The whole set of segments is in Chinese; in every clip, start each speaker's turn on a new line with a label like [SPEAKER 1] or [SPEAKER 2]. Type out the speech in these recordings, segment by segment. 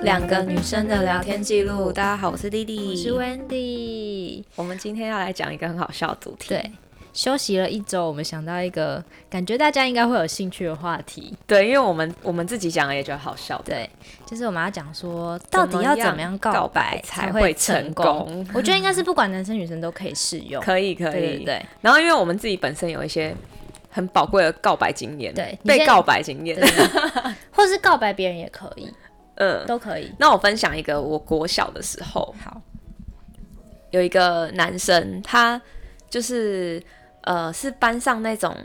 [SPEAKER 1] 两个女生的聊天记录。大家好，我是弟弟，
[SPEAKER 2] 我是 Wendy。
[SPEAKER 1] 我们今天要来讲一个很好笑的主题。
[SPEAKER 2] 对，休息了一周，我们想到一个感觉大家应该会有兴趣的话题。
[SPEAKER 1] 对，因为我们我们自己讲了也觉得好笑的。
[SPEAKER 2] 对，就是我们要讲说，到底要怎么样
[SPEAKER 1] 告
[SPEAKER 2] 告
[SPEAKER 1] 白
[SPEAKER 2] 白
[SPEAKER 1] 才
[SPEAKER 2] 才
[SPEAKER 1] 会
[SPEAKER 2] 会
[SPEAKER 1] 成
[SPEAKER 2] 成
[SPEAKER 1] 功
[SPEAKER 2] 功？我觉得应该是不管男生女生都可以适用。
[SPEAKER 1] 可以可以。
[SPEAKER 2] 对对对
[SPEAKER 1] 然后，因为我们自己本身有一些很宝贵的告白经验，
[SPEAKER 2] 对你
[SPEAKER 1] 被
[SPEAKER 2] 先
[SPEAKER 1] 告白经验
[SPEAKER 2] 对，，对对或是告白别人也可以，
[SPEAKER 1] 嗯。
[SPEAKER 2] 都可以。
[SPEAKER 1] 那我分享一个，我国小的时候
[SPEAKER 2] 呃好，
[SPEAKER 1] 有一个男生，他就是呃是班上那种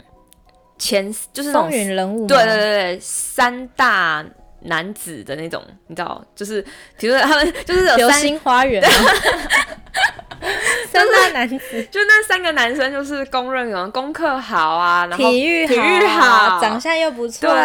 [SPEAKER 1] 前就是那
[SPEAKER 2] 风
[SPEAKER 1] 种
[SPEAKER 2] 云人物吗，
[SPEAKER 1] 对对对，对，三大男子的那种，你知道，就是比如说他们 就是有
[SPEAKER 2] 流
[SPEAKER 1] 三，
[SPEAKER 2] 星花 园吗，三大男子，
[SPEAKER 1] 就那三个男生就是公认有功课好啊，然后
[SPEAKER 2] 体育
[SPEAKER 1] 体育好
[SPEAKER 2] 长相又不错，
[SPEAKER 1] 对、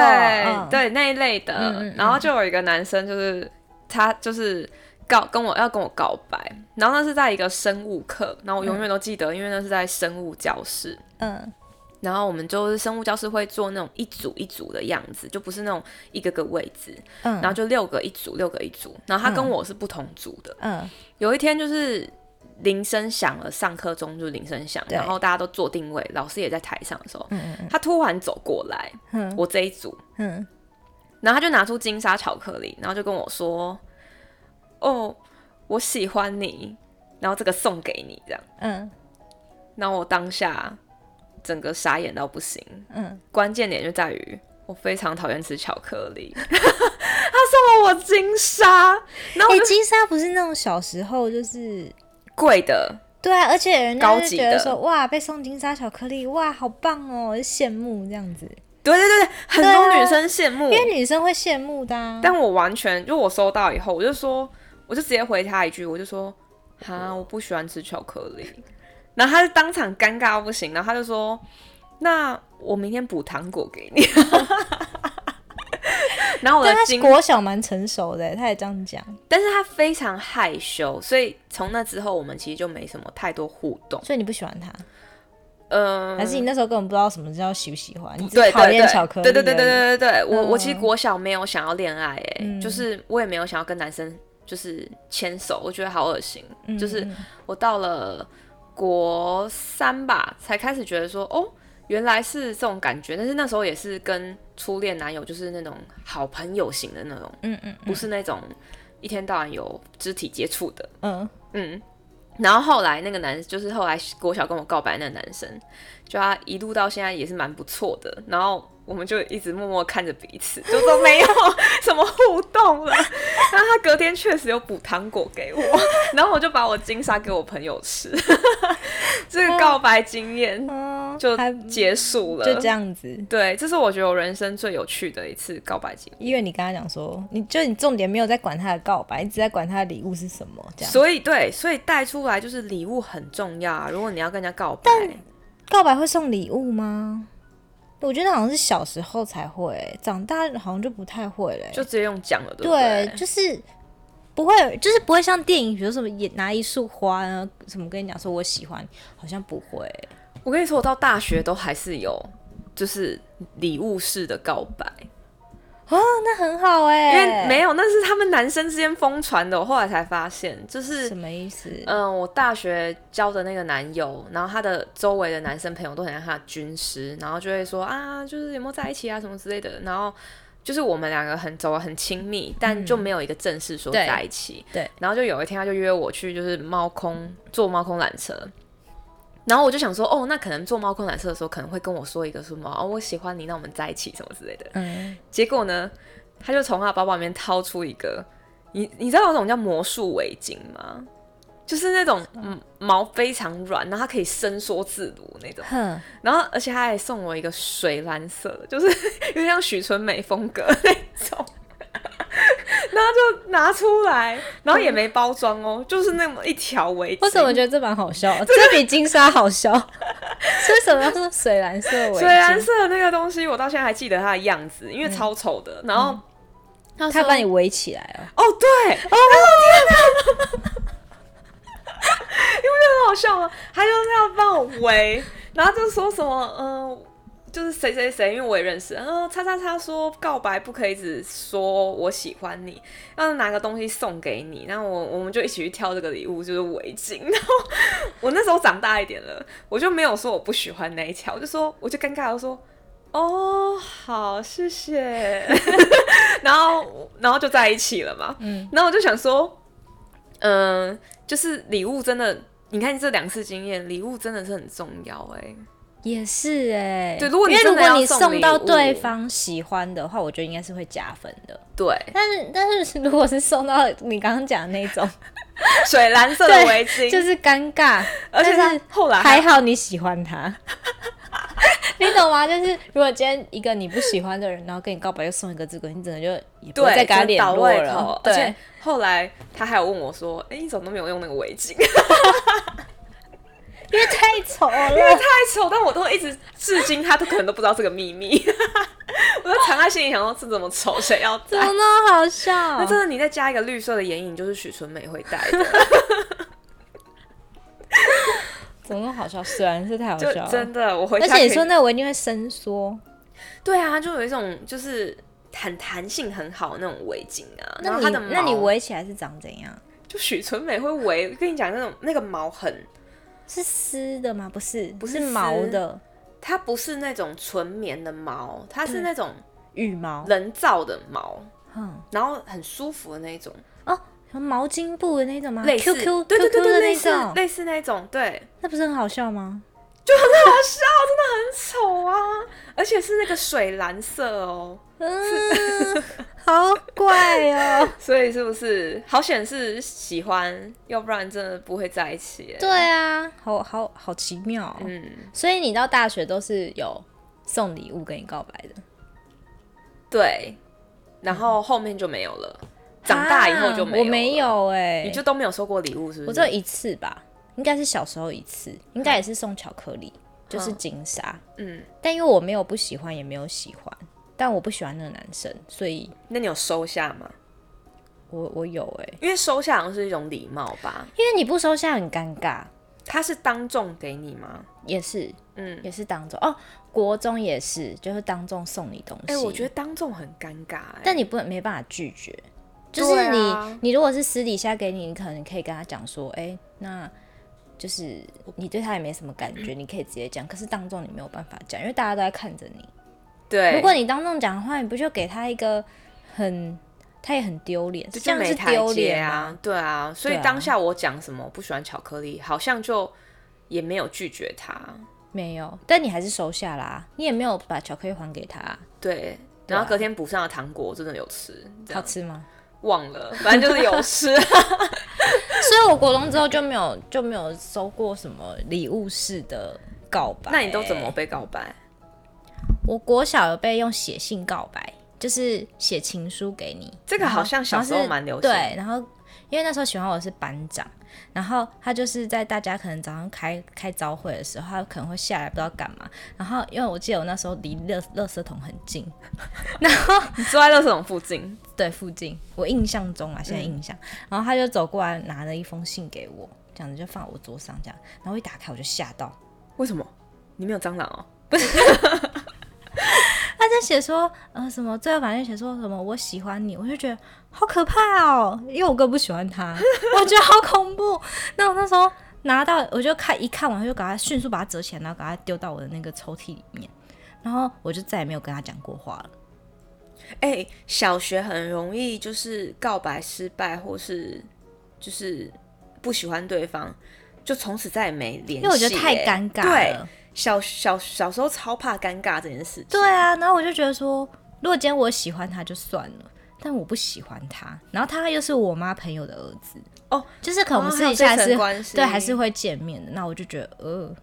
[SPEAKER 2] 嗯，
[SPEAKER 1] 对那一类的，
[SPEAKER 2] 嗯嗯嗯
[SPEAKER 1] 然后就有一个男生就是他就是。告跟我要跟我告白，然后那是在一个生物课，然后我永远都记得，因为那是在生物教室，
[SPEAKER 2] 嗯
[SPEAKER 1] 然后我们就是生物教室会做那种一组一组的样子，就不是那种一个个位置，
[SPEAKER 2] 嗯，
[SPEAKER 1] 然后就六个一组，六个一组，然后他跟我是不同组的，
[SPEAKER 2] 嗯
[SPEAKER 1] 有一天就是铃声响了，上课钟就铃声响，
[SPEAKER 2] 对
[SPEAKER 1] 然后大家都坐定位，老师也在台上的时候，
[SPEAKER 2] 嗯嗯
[SPEAKER 1] 他突然走过来，
[SPEAKER 2] 嗯
[SPEAKER 1] 我这一组，
[SPEAKER 2] 嗯，
[SPEAKER 1] 然后他就拿出金沙巧克力，然后就跟我说：“哦，我喜欢你，然后这个送给你。”这样，
[SPEAKER 2] 嗯
[SPEAKER 1] 然后我当下整个傻眼到不行，
[SPEAKER 2] 嗯，
[SPEAKER 1] 关键点就在于。我非常讨厌吃巧克力， 他送了我金沙，然后
[SPEAKER 2] 哎、
[SPEAKER 1] 啊我就
[SPEAKER 2] 金沙不是那种小时候就是
[SPEAKER 1] 贵的，
[SPEAKER 2] 对啊，而且人家
[SPEAKER 1] 高
[SPEAKER 2] 就
[SPEAKER 1] 级
[SPEAKER 2] 觉得
[SPEAKER 1] 的
[SPEAKER 2] 说哇，被送金沙巧克力，哇，好棒哦，就羡慕这样子，
[SPEAKER 1] 对对对对，很
[SPEAKER 2] 对
[SPEAKER 1] 多
[SPEAKER 2] 啊
[SPEAKER 1] 女生羡慕，
[SPEAKER 2] 因为女生会羡慕的、啊。
[SPEAKER 1] 嗯但我完全就我收到以后，我就说，我就直接回他一句，我就说，哈，我不喜欢吃巧克力。然后他就当场尴尬到不行，然后他就说，那我明天补糖果给你。 然后我的
[SPEAKER 2] 但他
[SPEAKER 1] 经，
[SPEAKER 2] 啊国小蛮成熟的，欸他也这样讲，
[SPEAKER 1] 但是他非常害羞，所以从那之后我们其实就没什么太多互动。
[SPEAKER 2] 所以你不喜欢他，
[SPEAKER 1] 嗯、
[SPEAKER 2] 还是你那时候根本不知道什么叫喜不喜欢，你只
[SPEAKER 1] 对
[SPEAKER 2] 是讨
[SPEAKER 1] 对
[SPEAKER 2] 厌
[SPEAKER 1] 对，
[SPEAKER 2] 巧克力
[SPEAKER 1] 对对对对
[SPEAKER 2] 而已
[SPEAKER 1] 对对对，我、我
[SPEAKER 2] 嗯
[SPEAKER 1] 其实国小没有想要恋爱、欸，哎、
[SPEAKER 2] 嗯
[SPEAKER 1] 就是我也没有想要跟男生就是牵手，我觉得好恶心。
[SPEAKER 2] 嗯
[SPEAKER 1] 就是
[SPEAKER 2] 嗯
[SPEAKER 1] 我到了国三吧，才开始觉得说，哦，原来是这种感觉。但是那时候也是跟初恋男友，就是那种好朋友型的那种，
[SPEAKER 2] 嗯嗯
[SPEAKER 1] 不是那种一天到晚有肢体接触的。
[SPEAKER 2] 嗯，
[SPEAKER 1] 嗯，然后后来那个男，就是后来国小跟我告白那个男生，就他一路到现在也是蛮不错的，然后我们就一直默默看着彼 此，就都没有什么互动了。然后他隔天确实有补糖果给我，然后我就把我金沙给我朋友吃， 这个告白经验
[SPEAKER 2] 嗯
[SPEAKER 1] 就
[SPEAKER 2] 还
[SPEAKER 1] 结束了。
[SPEAKER 2] 就这样子。
[SPEAKER 1] 对，这是我觉得我人生最有趣的一次告白经验。
[SPEAKER 2] 因为你跟他讲说，你就你重点没有在管他的告白，你只在管他的礼物是什么这样。
[SPEAKER 1] 所以对，所以带出来就是礼物很重要啊。如果你要跟人家告白，
[SPEAKER 2] 告白会送礼物吗？我觉得好像是小时候才会，长大好像就不太会嘞、
[SPEAKER 1] 就直接用讲了，对不
[SPEAKER 2] 欸对
[SPEAKER 1] 对，
[SPEAKER 2] 就是不会，就是不会像电影，比如什么也拿一束花啊，什么跟你讲说我喜欢，好像不会。
[SPEAKER 1] 我跟你说，我到大学都还是有，就是礼物式的告白，
[SPEAKER 2] 啊那很好哎、
[SPEAKER 1] 因为没有，那是他们男生之间疯传的。我后来才发现，就是
[SPEAKER 2] 什么意思。
[SPEAKER 1] 嗯，我大学交的那个男友，然后他的周围的男生朋友都很像他的军师，然后就会说啊，就是有没有在一起啊什么之类的，然后。就是我们两个很走得很亲密，但就没有一个正式说
[SPEAKER 2] 嗯对
[SPEAKER 1] 在一起。
[SPEAKER 2] 对
[SPEAKER 1] 然后就有一天，他就约我去，就是猫空坐猫空缆车。然后我就想说，哦，那可能坐猫空缆车的时候，可能会跟我说一个什么，哦，我喜欢你，那我们在一起什么之类的。
[SPEAKER 2] 嗯，
[SPEAKER 1] 结果呢，他就从他的包包里面掏出一个，你你知道有种叫魔术围巾吗？就是那种嗯毛非常软，然后它可以伸缩自如那种。
[SPEAKER 2] 哼，
[SPEAKER 1] 然后而且他还送我一个水蓝色的，就是 有点像许纯美风格那种。 然后就拿出来，然后也没包装哦，就是那么一条围巾。
[SPEAKER 2] 我怎么觉得这蛮好笑？ 这比金沙好 笑。所以为什么要说水蓝色围
[SPEAKER 1] 水蓝
[SPEAKER 2] 巾？
[SPEAKER 1] 色的那个东西，我到现在还记得它的样子，因为超丑的。
[SPEAKER 2] 嗯
[SPEAKER 1] 然后他
[SPEAKER 2] 他
[SPEAKER 1] 说
[SPEAKER 2] 把你围起来了。
[SPEAKER 1] 哦，对，哦，我 天哪！你不觉得很好笑吗？他就是要帮我围，然后就说什么，嗯、就是谁谁谁，因为我也认识，然后叉叉叉说告白不可以只说我喜欢你，要拿个东西送给你，然后我我们就一起去挑这个礼物，就是围巾。 然后我那时候长大一点了，我就没有说我不喜欢那一条，我就说我就尴尬的说。哦，好，谢谢。 然后，然后就在一起了嘛。
[SPEAKER 2] 嗯，
[SPEAKER 1] 然后我就想说，嗯、就是礼物真的，你看这两次经验，礼物真的是很重要哎、
[SPEAKER 2] 也是哎、
[SPEAKER 1] 对如果你
[SPEAKER 2] 因为
[SPEAKER 1] 真
[SPEAKER 2] 如
[SPEAKER 1] 的要
[SPEAKER 2] 果你
[SPEAKER 1] 送
[SPEAKER 2] 送到
[SPEAKER 1] 礼物
[SPEAKER 2] 对方喜欢的话，我觉得应该是会加分的。
[SPEAKER 1] 对，
[SPEAKER 2] 但是但是如果是送到你刚刚讲的那 种，
[SPEAKER 1] 水蓝色的
[SPEAKER 2] 对
[SPEAKER 1] 围巾，
[SPEAKER 2] 就是尴尬，
[SPEAKER 1] 而且
[SPEAKER 2] 但
[SPEAKER 1] 他
[SPEAKER 2] 是
[SPEAKER 1] 后来
[SPEAKER 2] 还好你喜欢他。 你懂吗？就是如果今天一个你不喜欢的人，然后跟你告白又送一个这个，你整个就也不会
[SPEAKER 1] 对
[SPEAKER 2] 再跟他
[SPEAKER 1] 就是
[SPEAKER 2] 联
[SPEAKER 1] 倒
[SPEAKER 2] 络
[SPEAKER 1] 胃
[SPEAKER 2] 了
[SPEAKER 1] 口。而且，后来他还有问我说：“哎、你怎么都没有用那个围巾？
[SPEAKER 2] 因为太丑
[SPEAKER 1] 因为
[SPEAKER 2] 了。
[SPEAKER 1] 太丑，但我都一直至今他都可能都不知道这个秘密。 我就藏在心里，想说这怎么丑，谁要
[SPEAKER 2] 怎
[SPEAKER 1] 戴
[SPEAKER 2] 么？那么好笑？
[SPEAKER 1] 那 真的，你再加一个绿色的眼影，就是许纯美会戴的，
[SPEAKER 2] 怎么那么好笑？虽然是太好
[SPEAKER 1] 就
[SPEAKER 2] 笑了
[SPEAKER 1] 真，的。我回
[SPEAKER 2] 而
[SPEAKER 1] 家
[SPEAKER 2] 且
[SPEAKER 1] 可
[SPEAKER 2] 你
[SPEAKER 1] 以
[SPEAKER 2] 说那我一定会伸缩。
[SPEAKER 1] 对啊，就有一种就是很弹性很好的那种围巾啊。然
[SPEAKER 2] 那
[SPEAKER 1] 后
[SPEAKER 2] 你
[SPEAKER 1] 它的
[SPEAKER 2] 那你
[SPEAKER 1] 毛
[SPEAKER 2] 围起来是长怎样？
[SPEAKER 1] 就许纯美会围，跟你讲那种那个毛很
[SPEAKER 2] 是丝的吗？不是，不
[SPEAKER 1] 是丝
[SPEAKER 2] 毛的
[SPEAKER 1] 它不是那种纯棉的毛，它是那种
[SPEAKER 2] 羽毛。
[SPEAKER 1] 人造的毛，
[SPEAKER 2] 嗯，
[SPEAKER 1] 然后很舒服的那种，
[SPEAKER 2] 哦，有毛巾布的那种吗
[SPEAKER 1] 类似
[SPEAKER 2] 啊？QQ
[SPEAKER 1] 对对对
[SPEAKER 2] QQ
[SPEAKER 1] 对，
[SPEAKER 2] 的
[SPEAKER 1] 类
[SPEAKER 2] 那
[SPEAKER 1] 似
[SPEAKER 2] 种，
[SPEAKER 1] 类似那种，对，
[SPEAKER 2] 那不是很好笑吗？
[SPEAKER 1] 很丑啊，而且是那个水蓝色哦，
[SPEAKER 2] 嗯，好怪哦。
[SPEAKER 1] 所以是不是好显是喜欢，要不然真的不会在一起。
[SPEAKER 2] 对，啊，好好好奇妙、哦。
[SPEAKER 1] 嗯，
[SPEAKER 2] 所以你到大学都是有送礼物跟你告白的，
[SPEAKER 1] 对，然后后面就没有了，长大以后就嗯啊没
[SPEAKER 2] 没
[SPEAKER 1] 有、
[SPEAKER 2] 啊我有哎、
[SPEAKER 1] 你就都没有收过礼物，是不是？
[SPEAKER 2] 我只有一次吧，应该是小时候一次，应该也是送巧克力，就是金沙。
[SPEAKER 1] 嗯，
[SPEAKER 2] 但因为我没有不喜欢，也没有喜欢，但我不喜欢那个男生，所以
[SPEAKER 1] 那你有收下吗？
[SPEAKER 2] 我我有哎、
[SPEAKER 1] 因为收下好像是一种礼貌吧？
[SPEAKER 2] 因为你不收下很尴尬，
[SPEAKER 1] 他是当众给你吗？
[SPEAKER 2] 也是
[SPEAKER 1] 嗯，
[SPEAKER 2] 也是当众哦，国中也是，就是当众送你东西。
[SPEAKER 1] 哎、我觉
[SPEAKER 2] 得，
[SPEAKER 1] 得当众很尴尬、哎，
[SPEAKER 2] 但你不能没办法拒绝，就
[SPEAKER 1] 对
[SPEAKER 2] 是你、
[SPEAKER 1] 啊
[SPEAKER 2] 你如果是私底下给你，你可能可以跟他讲说，哎、那。就是你对他也没什么感 觉，你可以直接讲。可是当众你没有办法讲，因为大家都在看着你。
[SPEAKER 1] 对，
[SPEAKER 2] 如果你当众讲的话，你不就给他一个很，他也很丢脸，
[SPEAKER 1] 就
[SPEAKER 2] 这样
[SPEAKER 1] 没
[SPEAKER 2] 是
[SPEAKER 1] 台
[SPEAKER 2] 丢
[SPEAKER 1] 阶
[SPEAKER 2] 脸吗
[SPEAKER 1] 啊，对啊，所以
[SPEAKER 2] 对啊
[SPEAKER 1] 当下我讲什么我不喜欢巧克力，好像就也没有拒绝他，
[SPEAKER 2] 没有，但你还是收下啦，你也没有把巧克力还给他啊，
[SPEAKER 1] 对。
[SPEAKER 2] 对啊
[SPEAKER 1] 然后隔天补上了糖果，真的有吃，这
[SPEAKER 2] 好
[SPEAKER 1] 样
[SPEAKER 2] 吃吗？
[SPEAKER 1] 忘了，反正就是有 吃。
[SPEAKER 2] 所以我国中之后就没有就没有收过什么礼物式的告白。
[SPEAKER 1] 那你都怎么？被告白？
[SPEAKER 2] 我国小有被用写信告白，就是写情书给你。
[SPEAKER 1] 这个
[SPEAKER 2] 然后
[SPEAKER 1] 好像小时
[SPEAKER 2] 然
[SPEAKER 1] 候
[SPEAKER 2] 后是
[SPEAKER 1] 蛮流行
[SPEAKER 2] 对，然后因为那时候喜欢我是班长，然后他就是在大家可能早上开开早会的时候，他可能会下来不知道干嘛。然后因为我记得我那时候离乐乐色桶很近，
[SPEAKER 1] 你坐在垃圾桶附近，
[SPEAKER 2] 对附近，我印象中啊，现
[SPEAKER 1] 嗯
[SPEAKER 2] 在印象。然后他就走过来拿了一封信给我，这样子就放我桌上这样。然后我一打开我就吓到，
[SPEAKER 1] 为什么？你没有蟑螂哦？
[SPEAKER 2] 他在写说呃什么，最后反正写说什么我喜欢你，我就觉得好可怕哦，因为我根本不喜欢他，我觉得好恐怖。那我那时候拿到我就看一看完，我就赶快迅速把它折起来，然后赶快丢到我的那个抽屉里面。然后我就再也没有跟他讲过话了。
[SPEAKER 1] 哎、小学很容易就是告白失败，或是就是不喜欢对方，就从此再也没联系、
[SPEAKER 2] 因为我觉得太
[SPEAKER 1] 哎
[SPEAKER 2] 尴尬
[SPEAKER 1] 对
[SPEAKER 2] 了，
[SPEAKER 1] 小小小时候超怕尴尬这件事情。
[SPEAKER 2] 对啊，然后我就觉得说，如果今天我喜欢他就算了，但我不喜欢他，然后他又是我妈朋友的儿子，
[SPEAKER 1] 哦，
[SPEAKER 2] 就是可能我们私
[SPEAKER 1] 哦
[SPEAKER 2] 底下
[SPEAKER 1] 还有这层
[SPEAKER 2] 是、
[SPEAKER 1] 关系
[SPEAKER 2] 对还是会见面的，那我就觉得呃，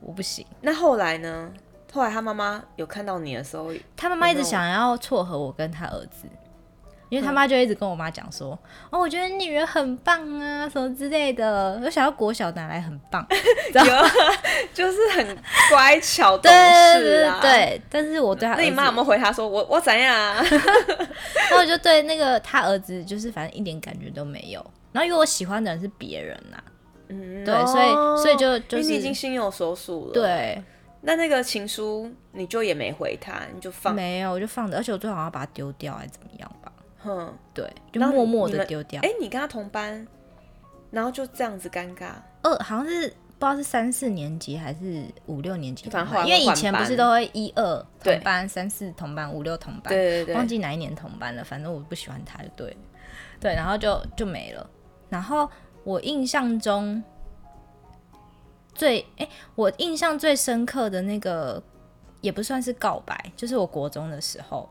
[SPEAKER 2] 我不行。
[SPEAKER 1] 那后来呢？后来他妈妈有看到你的时候，
[SPEAKER 2] 他妈妈一直想要撮合我跟他儿子，因为他妈就一直跟我妈讲说，
[SPEAKER 1] 嗯
[SPEAKER 2] 哦，我觉得女人很棒啊，什么之类的，我想要国小拿来很 棒，
[SPEAKER 1] 就是很乖巧懂
[SPEAKER 2] 对
[SPEAKER 1] 事
[SPEAKER 2] 对
[SPEAKER 1] 啊。。
[SPEAKER 2] 对，但是我对他儿
[SPEAKER 1] 那
[SPEAKER 2] 子，
[SPEAKER 1] 你妈有没有回他说我我怎样啊？
[SPEAKER 2] 然后我就对那个他儿子就是反正一点感觉都没有，然后因为我喜欢的人是别人呐、啊
[SPEAKER 1] 嗯
[SPEAKER 2] 对，所以所以就
[SPEAKER 1] 哦因
[SPEAKER 2] 就
[SPEAKER 1] 为
[SPEAKER 2] 是
[SPEAKER 1] 你已经心有所属了。
[SPEAKER 2] 对，
[SPEAKER 1] 那那个情书你就也没回他，你就放，
[SPEAKER 2] 没有，我就放着，而且我最好要把它丢掉，还是怎么样吧？
[SPEAKER 1] 哼，
[SPEAKER 2] 对，就
[SPEAKER 1] 然后
[SPEAKER 2] 默默
[SPEAKER 1] 你
[SPEAKER 2] 的
[SPEAKER 1] 们
[SPEAKER 2] 丢掉
[SPEAKER 1] 哎、。你跟他同班，然后就这样子尴尬，
[SPEAKER 2] 二好像是不知道是三四年级还是五六年级同
[SPEAKER 1] 反
[SPEAKER 2] 班，
[SPEAKER 1] 正后来
[SPEAKER 2] 因为
[SPEAKER 1] 会
[SPEAKER 2] 以
[SPEAKER 1] 换
[SPEAKER 2] 前不
[SPEAKER 1] 班
[SPEAKER 2] 是都会一二
[SPEAKER 1] 对
[SPEAKER 2] 同班、三四同班、五六同班，
[SPEAKER 1] 对对对，
[SPEAKER 2] 忘记哪一年同班了，反正我不喜欢他就对了，对，然后就就没了。然后我印象中最哎、我印象最深刻的那个也不算是告白，就是我国中的时候。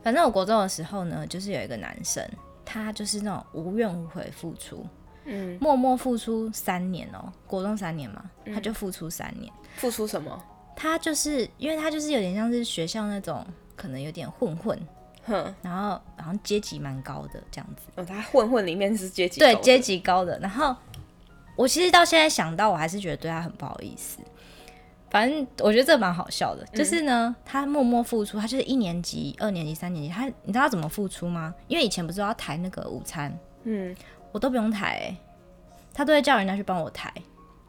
[SPEAKER 2] 反正我国中的时候呢，就是有一个男生，他就是那种无怨无悔付出，
[SPEAKER 1] 嗯，
[SPEAKER 2] 默默付出三年哦、国中三年嘛，他就付出三年。
[SPEAKER 1] 付出什么？
[SPEAKER 2] 他就是因为他就是有点像是学校那种可能有点混混，
[SPEAKER 1] 哼，
[SPEAKER 2] 然后好像阶级蛮高的这样子，
[SPEAKER 1] 哦，他混混里面是阶级
[SPEAKER 2] 对
[SPEAKER 1] 高的
[SPEAKER 2] 阶级高的。然后我其实到现在想到，我还是觉得对他很不好意思。反正我觉得这蛮好笑的，
[SPEAKER 1] 嗯
[SPEAKER 2] 就是呢，他默默付出，他就是一年级、二年级、三年级，他你知道他怎么付出吗？因为以前不是要抬那个午餐，
[SPEAKER 1] 嗯，
[SPEAKER 2] 我都不用抬、欸，他都会叫人家去帮我抬，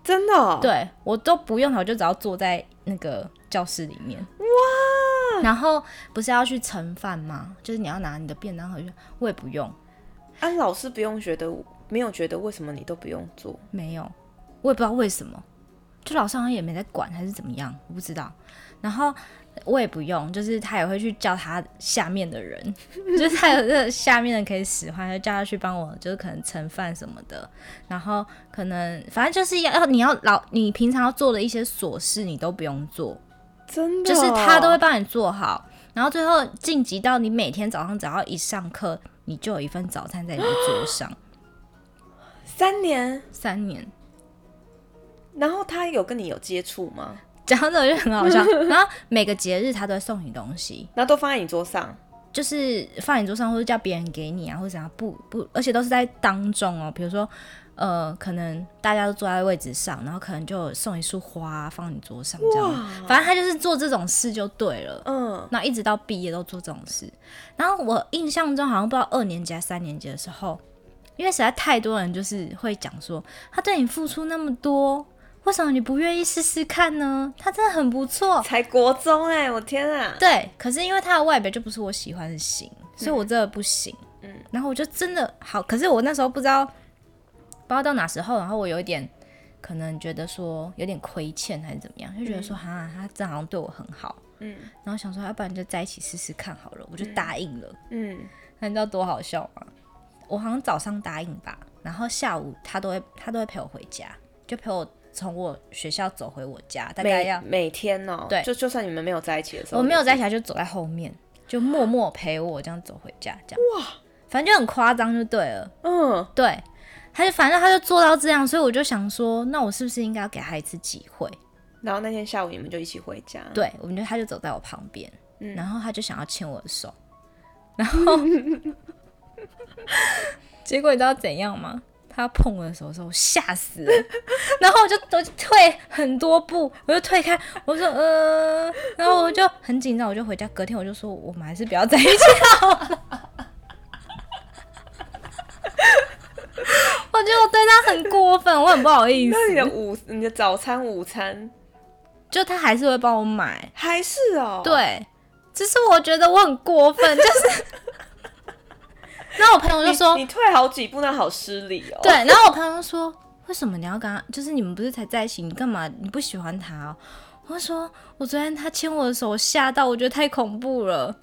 [SPEAKER 1] 真的、哦，
[SPEAKER 2] 对我都不用抬，我就只要坐在那个教室里面。哇！然后不是要去盛饭吗？就是你要拿你的便当盒去，我也不用，
[SPEAKER 1] 安啊老师不用觉得没有觉得为什么你都不用做，
[SPEAKER 2] 没有，我也不知道为什么，就老师好像也没在管还是怎么样，我不知道。然后我也不用，就是他也会去叫他下面的人， 就是他有这个下面的可以使唤，就叫他去帮我，就是可能盛饭什么的。然后可能反正就是要要你要老你平常要做的一些琐事，你都不用做，
[SPEAKER 1] 真的
[SPEAKER 2] 就
[SPEAKER 1] 哦、
[SPEAKER 2] 是他都会帮你做好。然后最后晋级到你每天早上只要一上课，你就有一份早餐在你的桌上。
[SPEAKER 1] 三年，
[SPEAKER 2] 三年，
[SPEAKER 1] 然后他有跟你有接触吗？
[SPEAKER 2] 讲到这我就很好笑。然后每个节日他都会送你东西，
[SPEAKER 1] 然后都放在你桌上，
[SPEAKER 2] 就是放你桌上，或者叫别人给你啊，或者怎样，不不，而且都是在当中哦。比如说，呃，可能大家都坐在位置上，然后可能就有送一束花、放你桌上这样。反正他就是做这种事就对了。
[SPEAKER 1] 嗯，
[SPEAKER 2] 那一直到毕业都做这种事。然后我印象中好像不知道二年级还是三年级的时候，因为实在太多人就是会讲说，他对你付出那么多，为什么你不愿意试试看呢？他真的很不错。
[SPEAKER 1] 才国中哎、我天啊，
[SPEAKER 2] 对，可是因为他的外表就不是我喜欢的型，
[SPEAKER 1] 嗯
[SPEAKER 2] 所以我真的不行。嗯，然后我就真的好，可是我那时候不知道，不知道到哪时候，然后我有一点可能觉得说有点亏欠还是怎么样，就觉得说哈、他这好像对我很好，
[SPEAKER 1] 嗯
[SPEAKER 2] 然后想说要啊不然就在一起试试看好了，我就答应了。
[SPEAKER 1] 嗯，
[SPEAKER 2] 那你知道多好笑吗？我好像早上答应吧，然后下午他都会他都会陪我回家，就陪我从我学校走回我家，大概
[SPEAKER 1] 每
[SPEAKER 2] 要
[SPEAKER 1] 每天哦、
[SPEAKER 2] 对
[SPEAKER 1] 就就算你们没有在一起的时候，
[SPEAKER 2] 我没有在一
[SPEAKER 1] 起，
[SPEAKER 2] 起，他就走在后面，就默默陪我这样走回家，这样哇，反正就很夸张就对了，
[SPEAKER 1] 嗯，
[SPEAKER 2] 对，他就反正他就做到这样，所以我就想说，那我是不是应该要给他一次机会？
[SPEAKER 1] 然后那天下午你们就一起回家，，
[SPEAKER 2] 对，我们就他就走在我旁边，
[SPEAKER 1] 嗯
[SPEAKER 2] 然后他就想要牵我的手， 然后结果你知道怎样吗？他碰我的手的时候，我吓死了， 然后我就我就退很多步，我就退开，我说呃，然后我就很紧张，我就回家。隔天我就说，我们还是不要在一起好了。 我觉得我对他很过分，我很不好意思。
[SPEAKER 1] 那你的午、你的早餐、午餐
[SPEAKER 2] 就他还是会帮我买，
[SPEAKER 1] 还是哦、，
[SPEAKER 2] 对，只是我觉得我很过分，就是。 然后我朋友就说
[SPEAKER 1] 你，退好几步，那好失礼哦、
[SPEAKER 2] 对，，然后我朋友就说，为什么你要跟他？就是你们不是才在一起，你干嘛？你不喜欢他、哦？我就说，我昨天他牵我的手，我吓到，我觉得太恐怖了。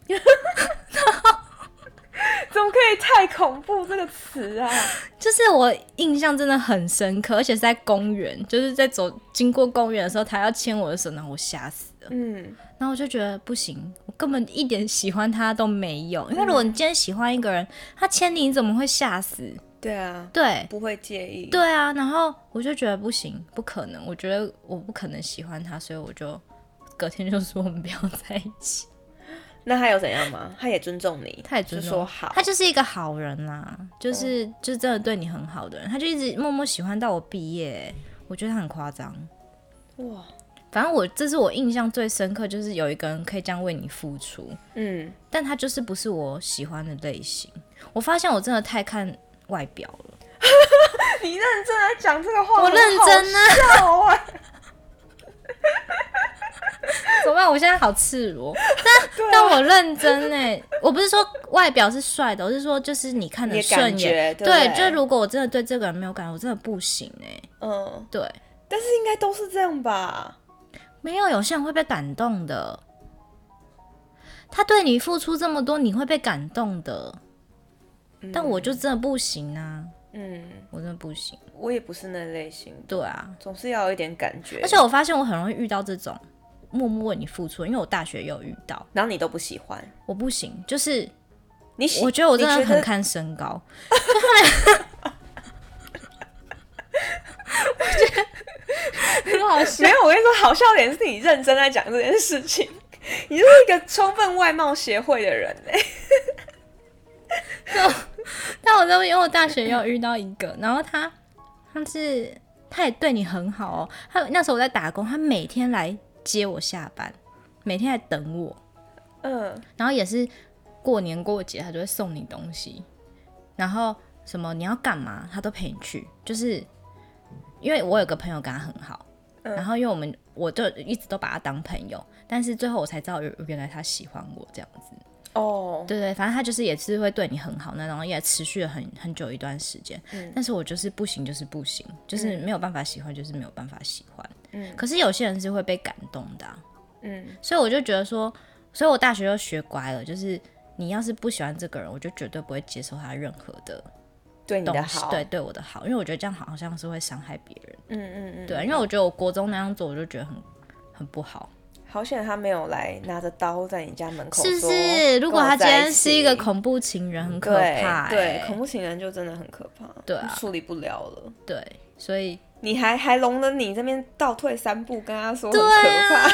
[SPEAKER 1] 怎么可以太恐怖这个词啊？
[SPEAKER 2] 就是我印象真的很深刻，而且是在公园，就是在走经过公园的时候，他要牵我的手，然后我吓死了。
[SPEAKER 1] 嗯，
[SPEAKER 2] 然后我就觉得不行，我根本一点喜欢他都没有。因为如果你今天喜欢一个人，他牵你，你怎么会吓死？
[SPEAKER 1] 对啊，
[SPEAKER 2] 对，
[SPEAKER 1] 不会介意，
[SPEAKER 2] 对啊，然后我就觉得不行，不可能，我觉得我不可能喜欢他，所以我就隔天就说我们不要在一起。
[SPEAKER 1] 那他有怎样吗？他也尊重你，
[SPEAKER 2] 他也尊
[SPEAKER 1] 就
[SPEAKER 2] 重啊
[SPEAKER 1] 说好，哦
[SPEAKER 2] 他就是一个好人啦，就是、就真的对你很好的人，他就一直默默喜欢到我毕业，我觉得他很夸张。
[SPEAKER 1] 哇，
[SPEAKER 2] 反正我这是我印象最深刻，就是有一个人可以这样为你付出，
[SPEAKER 1] 嗯，
[SPEAKER 2] 但他就是不是我喜欢的类型。我发现我真的太看外表了，
[SPEAKER 1] 哦啊
[SPEAKER 2] 啊
[SPEAKER 1] 你认真来讲这个话，
[SPEAKER 2] 我认真
[SPEAKER 1] 啊！
[SPEAKER 2] 我现在好赤 裸，
[SPEAKER 1] 啊
[SPEAKER 2] 但但我认真哎、我不是说外表是帅的，我是说就是你看
[SPEAKER 1] 你
[SPEAKER 2] 得
[SPEAKER 1] 的感
[SPEAKER 2] 顺眼，
[SPEAKER 1] 觉对不对
[SPEAKER 2] 就如果我真的对这个人没有感觉，我真的不行哎、
[SPEAKER 1] 嗯，
[SPEAKER 2] 对，
[SPEAKER 1] 但是应该都是这样吧？
[SPEAKER 2] 没有有些人会被感动的，他对你付出这么多，你会被感动的，但我就真的不行啊，
[SPEAKER 1] 嗯，
[SPEAKER 2] 我真的不行，
[SPEAKER 1] 我也不是那类型，
[SPEAKER 2] 对啊，
[SPEAKER 1] 总是要有一点感觉，
[SPEAKER 2] 而且我发现我很容易遇到这种默默为你付出，因为我大学也有遇到，
[SPEAKER 1] 然后你都不喜欢，
[SPEAKER 2] 我不行，就是
[SPEAKER 1] 你喜
[SPEAKER 2] 我觉得我真的
[SPEAKER 1] 你觉
[SPEAKER 2] 很
[SPEAKER 1] 得
[SPEAKER 2] 看身高，就他们，我觉得很好笑
[SPEAKER 1] 没。有，我跟你说，好笑点是你认真在讲这件事情， 你就是一个充分外貌协会的人哎、
[SPEAKER 2] 但我都因为我大学也有遇到一个，然后他他是他也对你很好哦，他那时候我在打工，他每天来接我下班，每天来等我，
[SPEAKER 1] 嗯，
[SPEAKER 2] 然后也是过年过节他就会送你东西，然后什么你要干嘛他都陪你去，就是因为我有个朋友跟他很好，
[SPEAKER 1] 嗯
[SPEAKER 2] 然后因为我们我就一直都把他当朋友，但是最后我才知道原原来他喜欢我这样子。
[SPEAKER 1] 哦，
[SPEAKER 2] 对对，反正他就是也是会对你很好，那然后也持续了很很久一段时间。
[SPEAKER 1] 嗯
[SPEAKER 2] 但是我就是不行，就是不行，就是没有办法喜欢，就是没有办法喜欢。
[SPEAKER 1] 嗯
[SPEAKER 2] 可是有些人是会被感动的啊、
[SPEAKER 1] 嗯
[SPEAKER 2] 所以我就觉得说，所以我大学就学乖了，就是你要是不喜欢这个人，我就绝对不会接受他任何的
[SPEAKER 1] 对你的
[SPEAKER 2] 东西，
[SPEAKER 1] 好，
[SPEAKER 2] 对对我的好，因为我觉得这样好像是会伤害别人。
[SPEAKER 1] 嗯嗯嗯，
[SPEAKER 2] 对啊，因为我觉得我国中那样做，我就觉得很很不好。
[SPEAKER 1] 好险他没有来拿着刀在你家门口
[SPEAKER 2] 是不
[SPEAKER 1] 说
[SPEAKER 2] 是？如果他今
[SPEAKER 1] 跟我在
[SPEAKER 2] 天是一个
[SPEAKER 1] 起嗯
[SPEAKER 2] 恐怖情人，很可
[SPEAKER 1] 对
[SPEAKER 2] 怕、欸。
[SPEAKER 1] 对恐怖情人就真的很可怕，
[SPEAKER 2] 对啊
[SPEAKER 1] 处理不了了。
[SPEAKER 2] 对，所以
[SPEAKER 1] 你还还聋了你这边倒退三步，跟他说很可怕，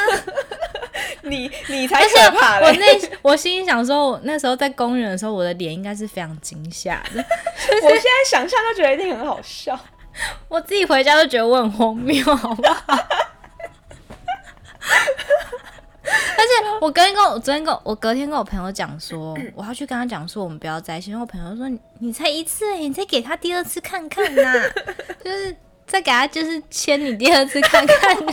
[SPEAKER 1] 你你才可怕
[SPEAKER 2] 啊我
[SPEAKER 1] 嘞！
[SPEAKER 2] 内我心里想说，我那时候在公园的时候，我的脸应该是非常惊吓的。
[SPEAKER 1] 我现在想象都觉得一定很好笑。 哎
[SPEAKER 2] 我自己回家都觉得我很荒谬，好不好？而 且我跟跟我昨天跟我我隔天跟我朋友讲说，我要去跟他讲说我们不要在一起，因为我朋友说你你才一次而欸已，你再给他第二次看看呐、 就是再给他就是牵你第二次看看呐、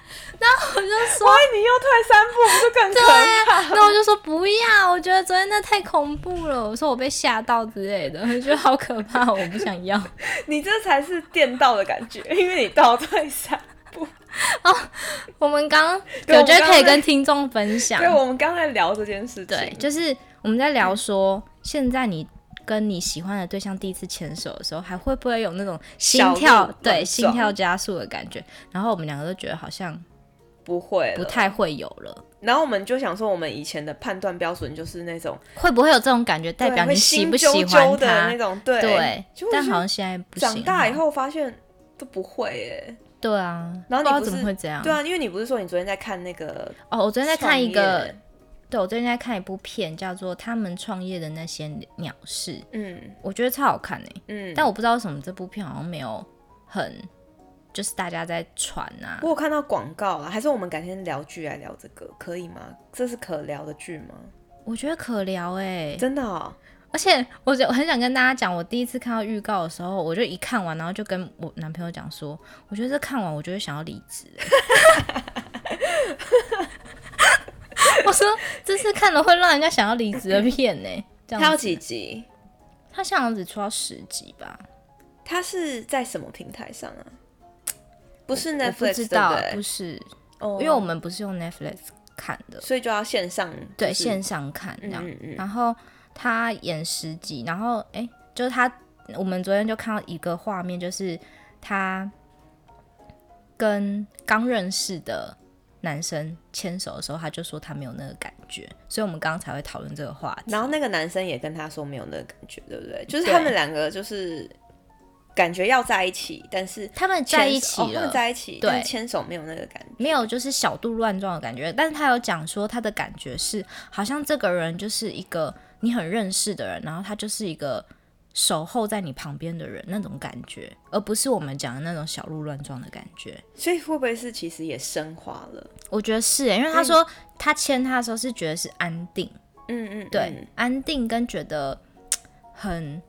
[SPEAKER 2] 然后我就说
[SPEAKER 1] 万一你又退三步，不是更可
[SPEAKER 2] 对
[SPEAKER 1] 怕？
[SPEAKER 2] 啊，那我就说不要，我觉得昨天那太恐怖了，我说我被吓到之类的， 我觉得好可怕，我不想 要。
[SPEAKER 1] 你这才是电到的感觉， 因为你倒 退三步。
[SPEAKER 2] 我们刚，
[SPEAKER 1] 对
[SPEAKER 2] 我觉得可以
[SPEAKER 1] 我们刚刚在
[SPEAKER 2] 跟听众分享
[SPEAKER 1] 对，，我们刚才聊这件事情，
[SPEAKER 2] 对，就是我们在聊说，现在你跟你喜欢的对象第一次牵手的时候，还会不会有那种心
[SPEAKER 1] 小鹿
[SPEAKER 2] 跳
[SPEAKER 1] 乱
[SPEAKER 2] 对
[SPEAKER 1] 撞
[SPEAKER 2] 心跳加速的感觉？然后我们两个都觉得好像
[SPEAKER 1] 不会
[SPEAKER 2] 不
[SPEAKER 1] 了。
[SPEAKER 2] 太会有了，
[SPEAKER 1] 然后我们就想说，我们以前的判断标准就是那种
[SPEAKER 2] 会不会有这种感觉？代表
[SPEAKER 1] 对会
[SPEAKER 2] 你喜不
[SPEAKER 1] 心
[SPEAKER 2] 喜
[SPEAKER 1] 揪
[SPEAKER 2] 欢
[SPEAKER 1] 揪的
[SPEAKER 2] 他
[SPEAKER 1] 那？种，对
[SPEAKER 2] 对
[SPEAKER 1] 结，果
[SPEAKER 2] 但
[SPEAKER 1] 是
[SPEAKER 2] 好像现在不行。啊
[SPEAKER 1] 长大以，后发现都不会耶。
[SPEAKER 2] 对啊，
[SPEAKER 1] 然后
[SPEAKER 2] 不知道
[SPEAKER 1] 你不
[SPEAKER 2] 怎么
[SPEAKER 1] 是
[SPEAKER 2] 会这样？
[SPEAKER 1] 对啊，因为你不是说你昨天在看那个
[SPEAKER 2] 哦，我嗯昨天在看一
[SPEAKER 1] 创
[SPEAKER 2] 个
[SPEAKER 1] 业，，
[SPEAKER 2] 对我最近在看一部片，叫做《他们创业的那些鸟事》，
[SPEAKER 1] 嗯
[SPEAKER 2] 我觉得超好看诶、
[SPEAKER 1] 嗯，
[SPEAKER 2] 但我不知道为什么这部片好像没有很，就是大家在传啊
[SPEAKER 1] 我。有看到广告了，还是我们改天聊剧来聊这个，可以吗？这是可聊的剧吗？
[SPEAKER 2] 我觉得可聊诶、
[SPEAKER 1] 真的哦，
[SPEAKER 2] 而且我觉得我很想跟大家讲，我第一次看到预告的时候，我就一看完，然后就跟我男朋友讲说，我觉得这看完我就会想要离职欸。 我说这是看了会让人家想要离职的片呢、欸，这样
[SPEAKER 1] 它有
[SPEAKER 2] 子
[SPEAKER 1] 几集？
[SPEAKER 2] 他好像只出到十集吧，
[SPEAKER 1] 它是在什么平台上啊？不是
[SPEAKER 2] 我不
[SPEAKER 1] Netflix
[SPEAKER 2] 知道，
[SPEAKER 1] 对
[SPEAKER 2] 不
[SPEAKER 1] 不对？
[SPEAKER 2] 是，
[SPEAKER 1] 哦
[SPEAKER 2] 因为我们不是用 Netflix 看的，
[SPEAKER 1] 所以就要线上，
[SPEAKER 2] 对，
[SPEAKER 1] 就是
[SPEAKER 2] 线上看这
[SPEAKER 1] 嗯
[SPEAKER 2] 样。
[SPEAKER 1] 嗯嗯，
[SPEAKER 2] 然后他演十集，然后哎、就是他，我们昨天就看到一个画面，就是他跟刚认识的男生牵手的时候，他就说他没有那个感觉，所以我们刚刚才会讨论这个话题。
[SPEAKER 1] 然后那个男生也跟他说没有那个感觉，对不对？就是
[SPEAKER 2] 对
[SPEAKER 1] 他们两个就是感觉要在一起，但是
[SPEAKER 2] 他们在一
[SPEAKER 1] 牵
[SPEAKER 2] 起
[SPEAKER 1] 手哦他
[SPEAKER 2] 了，
[SPEAKER 1] 们在一起，
[SPEAKER 2] 对
[SPEAKER 1] 但是牵手没有那个感觉，
[SPEAKER 2] 没有，就是小鹿乱撞的感觉。但是他有讲说，他的感觉是好像这个人就是一个你很认识的人，然后他就是一个守候在你旁边的人那种感觉，而不是我们讲的那种小鹿乱撞的感觉。
[SPEAKER 1] 所以会不会是其实也升华了？
[SPEAKER 2] 我觉得是耶，因为他说他牵他的时候是觉得是安定，
[SPEAKER 1] 嗯嗯，
[SPEAKER 2] 对，
[SPEAKER 1] 嗯
[SPEAKER 2] 安定跟觉得嘖很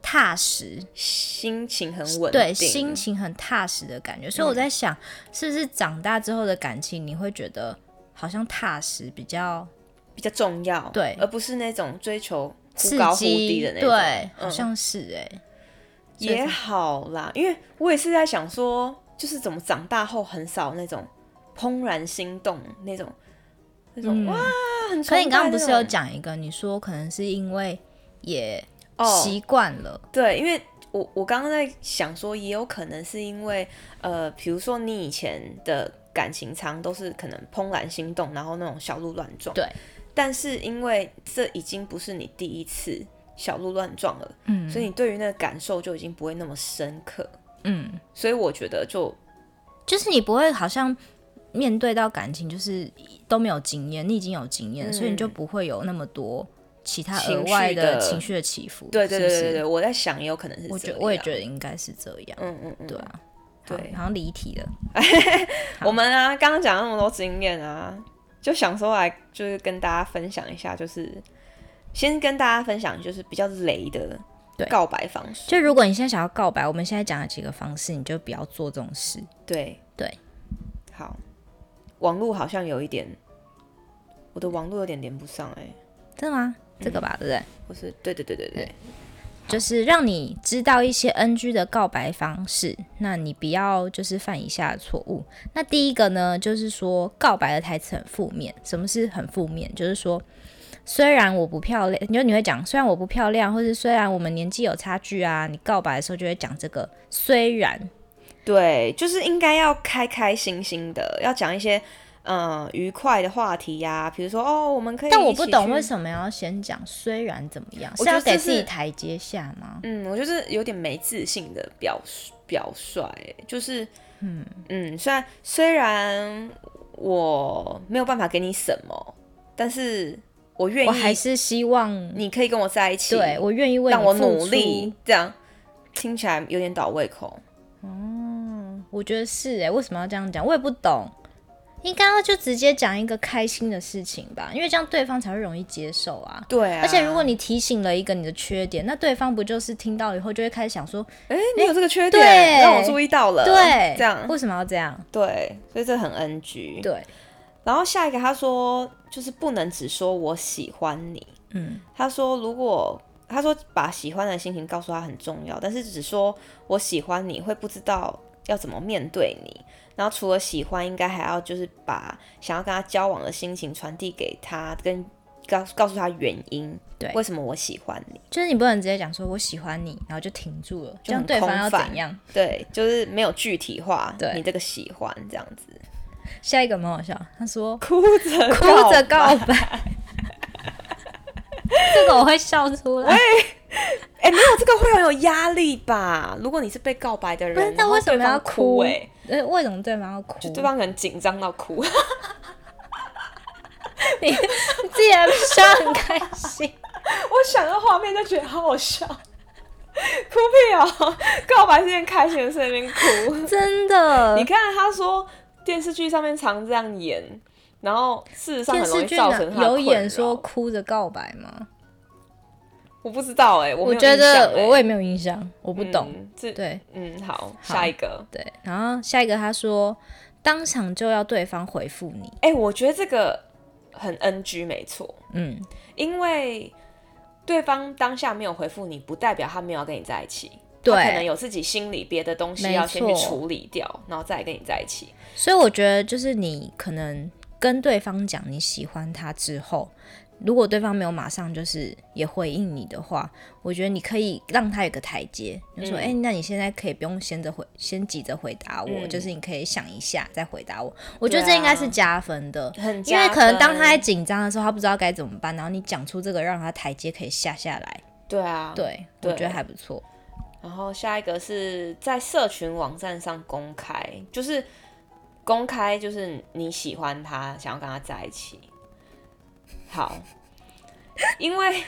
[SPEAKER 2] 踏实，
[SPEAKER 1] 心情很稳定，
[SPEAKER 2] 对，心情很踏实的感觉。所以我在想，是不是长大之后的感情，你会觉得好像踏实，比较
[SPEAKER 1] 比较重要，
[SPEAKER 2] 对
[SPEAKER 1] 而不是那种追求忽
[SPEAKER 2] 刺
[SPEAKER 1] 高忽低
[SPEAKER 2] 激，
[SPEAKER 1] 的那种，
[SPEAKER 2] 对，好
[SPEAKER 1] 嗯
[SPEAKER 2] 像是哎、所以
[SPEAKER 1] 也好啦，因为我也是在想说，就是怎么长大后很少那种怦然心动那种那种、
[SPEAKER 2] 嗯
[SPEAKER 1] 哇，很欸
[SPEAKER 2] 可是你刚刚
[SPEAKER 1] 崇拜那
[SPEAKER 2] 不是
[SPEAKER 1] 种
[SPEAKER 2] 有讲一个，你说可能是因为也
[SPEAKER 1] 哦
[SPEAKER 2] 习惯了，
[SPEAKER 1] 对，因为我我刚刚在想说，也有可能是因为呃，比如说你以前的感情常都是可能怦然心动，然后那种小鹿乱撞，
[SPEAKER 2] 对，
[SPEAKER 1] 但是因为这已经不是你第一次小鹿乱撞了，
[SPEAKER 2] 嗯，
[SPEAKER 1] 所以你对于那个感受就已经不会那么深刻，
[SPEAKER 2] 嗯，
[SPEAKER 1] 所以我觉得就
[SPEAKER 2] 就是你不会好像面对到感情就是都没有经验，你已经有经验了，所以你就
[SPEAKER 1] 嗯
[SPEAKER 2] 不会有那么多其他
[SPEAKER 1] 情
[SPEAKER 2] 额
[SPEAKER 1] 绪
[SPEAKER 2] 外
[SPEAKER 1] 的
[SPEAKER 2] 情绪的起伏，
[SPEAKER 1] 对对对
[SPEAKER 2] 是
[SPEAKER 1] 对
[SPEAKER 2] 不
[SPEAKER 1] 对
[SPEAKER 2] 是
[SPEAKER 1] 对，我在想也有可能是
[SPEAKER 2] 我
[SPEAKER 1] 这
[SPEAKER 2] 觉
[SPEAKER 1] 样，
[SPEAKER 2] 我也觉得应该是这样，
[SPEAKER 1] 嗯嗯嗯，
[SPEAKER 2] 对啊，好
[SPEAKER 1] 对
[SPEAKER 2] 好像离题了，好
[SPEAKER 1] 我们啊，刚刚讲那么多经验啊，就想说来就是跟大家分享一下，就是先跟大家分享就是比较雷的
[SPEAKER 2] 对
[SPEAKER 1] 告白方式。
[SPEAKER 2] 就如果你现在想要告白，我们现在讲的几个方式，你就不要做这种事，
[SPEAKER 1] 对
[SPEAKER 2] 对，
[SPEAKER 1] 好，网络好像有一点，我的网络有点连不上哎、
[SPEAKER 2] 真的吗？这个
[SPEAKER 1] 嗯
[SPEAKER 2] 吧，对不对？
[SPEAKER 1] 我是对对对对
[SPEAKER 2] 嗯
[SPEAKER 1] 对，
[SPEAKER 2] 就是让你知道一些 NG 的告白方式，那你不要就是犯以下的错误。那第一个呢，就是说告白的台词很负面。什么是很负面？就是说，虽然我不漂亮，你就你会讲，虽然我不漂亮，或是虽然我们年纪有差距啊，你告白的时候就会讲这个。虽然，
[SPEAKER 1] 对，就是应该要开开心心的，要讲一些嗯、呃愉快的话题呀、比如说哦，我们可以，
[SPEAKER 2] 但我不懂为什么要先讲虽然怎么样，是
[SPEAKER 1] 我觉得
[SPEAKER 2] 要给
[SPEAKER 1] 这是
[SPEAKER 2] 自己台阶下吗？
[SPEAKER 1] 嗯，我就是有点没自信的表述表率，就是嗯嗯，虽然虽然我没有办法给你什么，但是我愿意，
[SPEAKER 2] 我还是希望，
[SPEAKER 1] 你可以跟我在一起，
[SPEAKER 2] 对我愿意为
[SPEAKER 1] 让
[SPEAKER 2] 你
[SPEAKER 1] 我
[SPEAKER 2] 付
[SPEAKER 1] 努
[SPEAKER 2] 出
[SPEAKER 1] 力，这样听起来有点倒胃口。
[SPEAKER 2] 我觉得是哎、为什么要这样讲？我也不懂，应该要就直接讲一个开心的事情吧，因为这样对方才会容易接受啊。
[SPEAKER 1] 对啊，
[SPEAKER 2] 而且如果你提醒了一个你的缺点，那对方不就是听到以后就会开始想说，
[SPEAKER 1] 哎、你有这个缺点，
[SPEAKER 2] 对
[SPEAKER 1] 让我注意到了，
[SPEAKER 2] 对，
[SPEAKER 1] 呃这样嗯
[SPEAKER 2] 为什么要这样？
[SPEAKER 1] 对，所以这很 NG。
[SPEAKER 2] 对，
[SPEAKER 1] 然后下一个他说，就是不能只说我喜欢你，
[SPEAKER 2] 嗯，
[SPEAKER 1] 他说如果他说把喜欢的心情告诉他很重要，但是只说我喜欢你会不知道要怎么面对你。然后除了喜欢，应该还要就是把想要跟他交往的心情传递给他，跟告告诉他原因，
[SPEAKER 2] 对
[SPEAKER 1] 为什么我喜欢你？
[SPEAKER 2] 就是你不能直接讲说我喜欢你，然后就停住了，这
[SPEAKER 1] 就很
[SPEAKER 2] 样对方要
[SPEAKER 1] 空泛
[SPEAKER 2] 怎样？
[SPEAKER 1] 对，就是没有具体化，
[SPEAKER 2] 对
[SPEAKER 1] 你这个喜欢这样子，
[SPEAKER 2] 下一个蛮好笑，他说
[SPEAKER 1] 哭着
[SPEAKER 2] 哭着告白， 这个我会笑出来。
[SPEAKER 1] 哎、没有这个会很有压力吧？如果你是被告白的人，
[SPEAKER 2] 不是，
[SPEAKER 1] 然
[SPEAKER 2] 那
[SPEAKER 1] 后
[SPEAKER 2] 为什么
[SPEAKER 1] 对方
[SPEAKER 2] 要
[SPEAKER 1] 哭、
[SPEAKER 2] 哭？
[SPEAKER 1] 哎，
[SPEAKER 2] 呃，为什么对方要哭？
[SPEAKER 1] 就对方可能紧张到哭。
[SPEAKER 2] 你你自己还不笑很开心，
[SPEAKER 1] 我想到画面就觉得好好笑，哭屁哦！告白是件开心的事，在那边 哭。
[SPEAKER 2] 真的
[SPEAKER 1] 你。看他说电视剧上面常这样演，然后事实上
[SPEAKER 2] 电
[SPEAKER 1] 很容
[SPEAKER 2] 视
[SPEAKER 1] 易
[SPEAKER 2] 剧
[SPEAKER 1] 造
[SPEAKER 2] 哪
[SPEAKER 1] 成他的
[SPEAKER 2] 有
[SPEAKER 1] 困
[SPEAKER 2] 演
[SPEAKER 1] 扰
[SPEAKER 2] 说，哭着告白吗？
[SPEAKER 1] 我不知道哎、我
[SPEAKER 2] 我
[SPEAKER 1] 我
[SPEAKER 2] 觉得我也没有印象，我不懂。
[SPEAKER 1] 嗯、这
[SPEAKER 2] 对
[SPEAKER 1] 嗯好，下一个。
[SPEAKER 2] 对，然后下一个他说，当场就要对方回复你，
[SPEAKER 1] 哎、我觉得这个很 NG，没错，
[SPEAKER 2] 嗯，
[SPEAKER 1] 因为对方当下没有回复你，不代表他没有要跟你在一起。他可能
[SPEAKER 2] 对。
[SPEAKER 1] 有自己心里别的东西
[SPEAKER 2] 没
[SPEAKER 1] 要先去
[SPEAKER 2] 错
[SPEAKER 1] 处理掉，然后再跟你在一起。
[SPEAKER 2] 所以我觉得就是你可能跟对方讲你喜欢他之后。如果对方没有马上就是也回应你的话，我觉得你可以让他有个台阶，就说：“
[SPEAKER 1] 嗯
[SPEAKER 2] 哎、那你现在可以不用先着回，先急着回答我，
[SPEAKER 1] 嗯
[SPEAKER 2] 就是你可以想一下再回答我。”我觉得
[SPEAKER 1] 对
[SPEAKER 2] 这应该
[SPEAKER 1] 啊
[SPEAKER 2] 是加分的，
[SPEAKER 1] 很
[SPEAKER 2] 因为
[SPEAKER 1] 加
[SPEAKER 2] 可能当
[SPEAKER 1] 分
[SPEAKER 2] 他在紧张的时候，他不知道该怎么办，然后你讲出这个让他台阶可以下下来，
[SPEAKER 1] 对啊，。
[SPEAKER 2] 对我
[SPEAKER 1] 对
[SPEAKER 2] 觉得还不错。
[SPEAKER 1] 然后下一个是在社群网站上公开，就是公开，就是你喜欢他，想要跟他在一起。好， 因为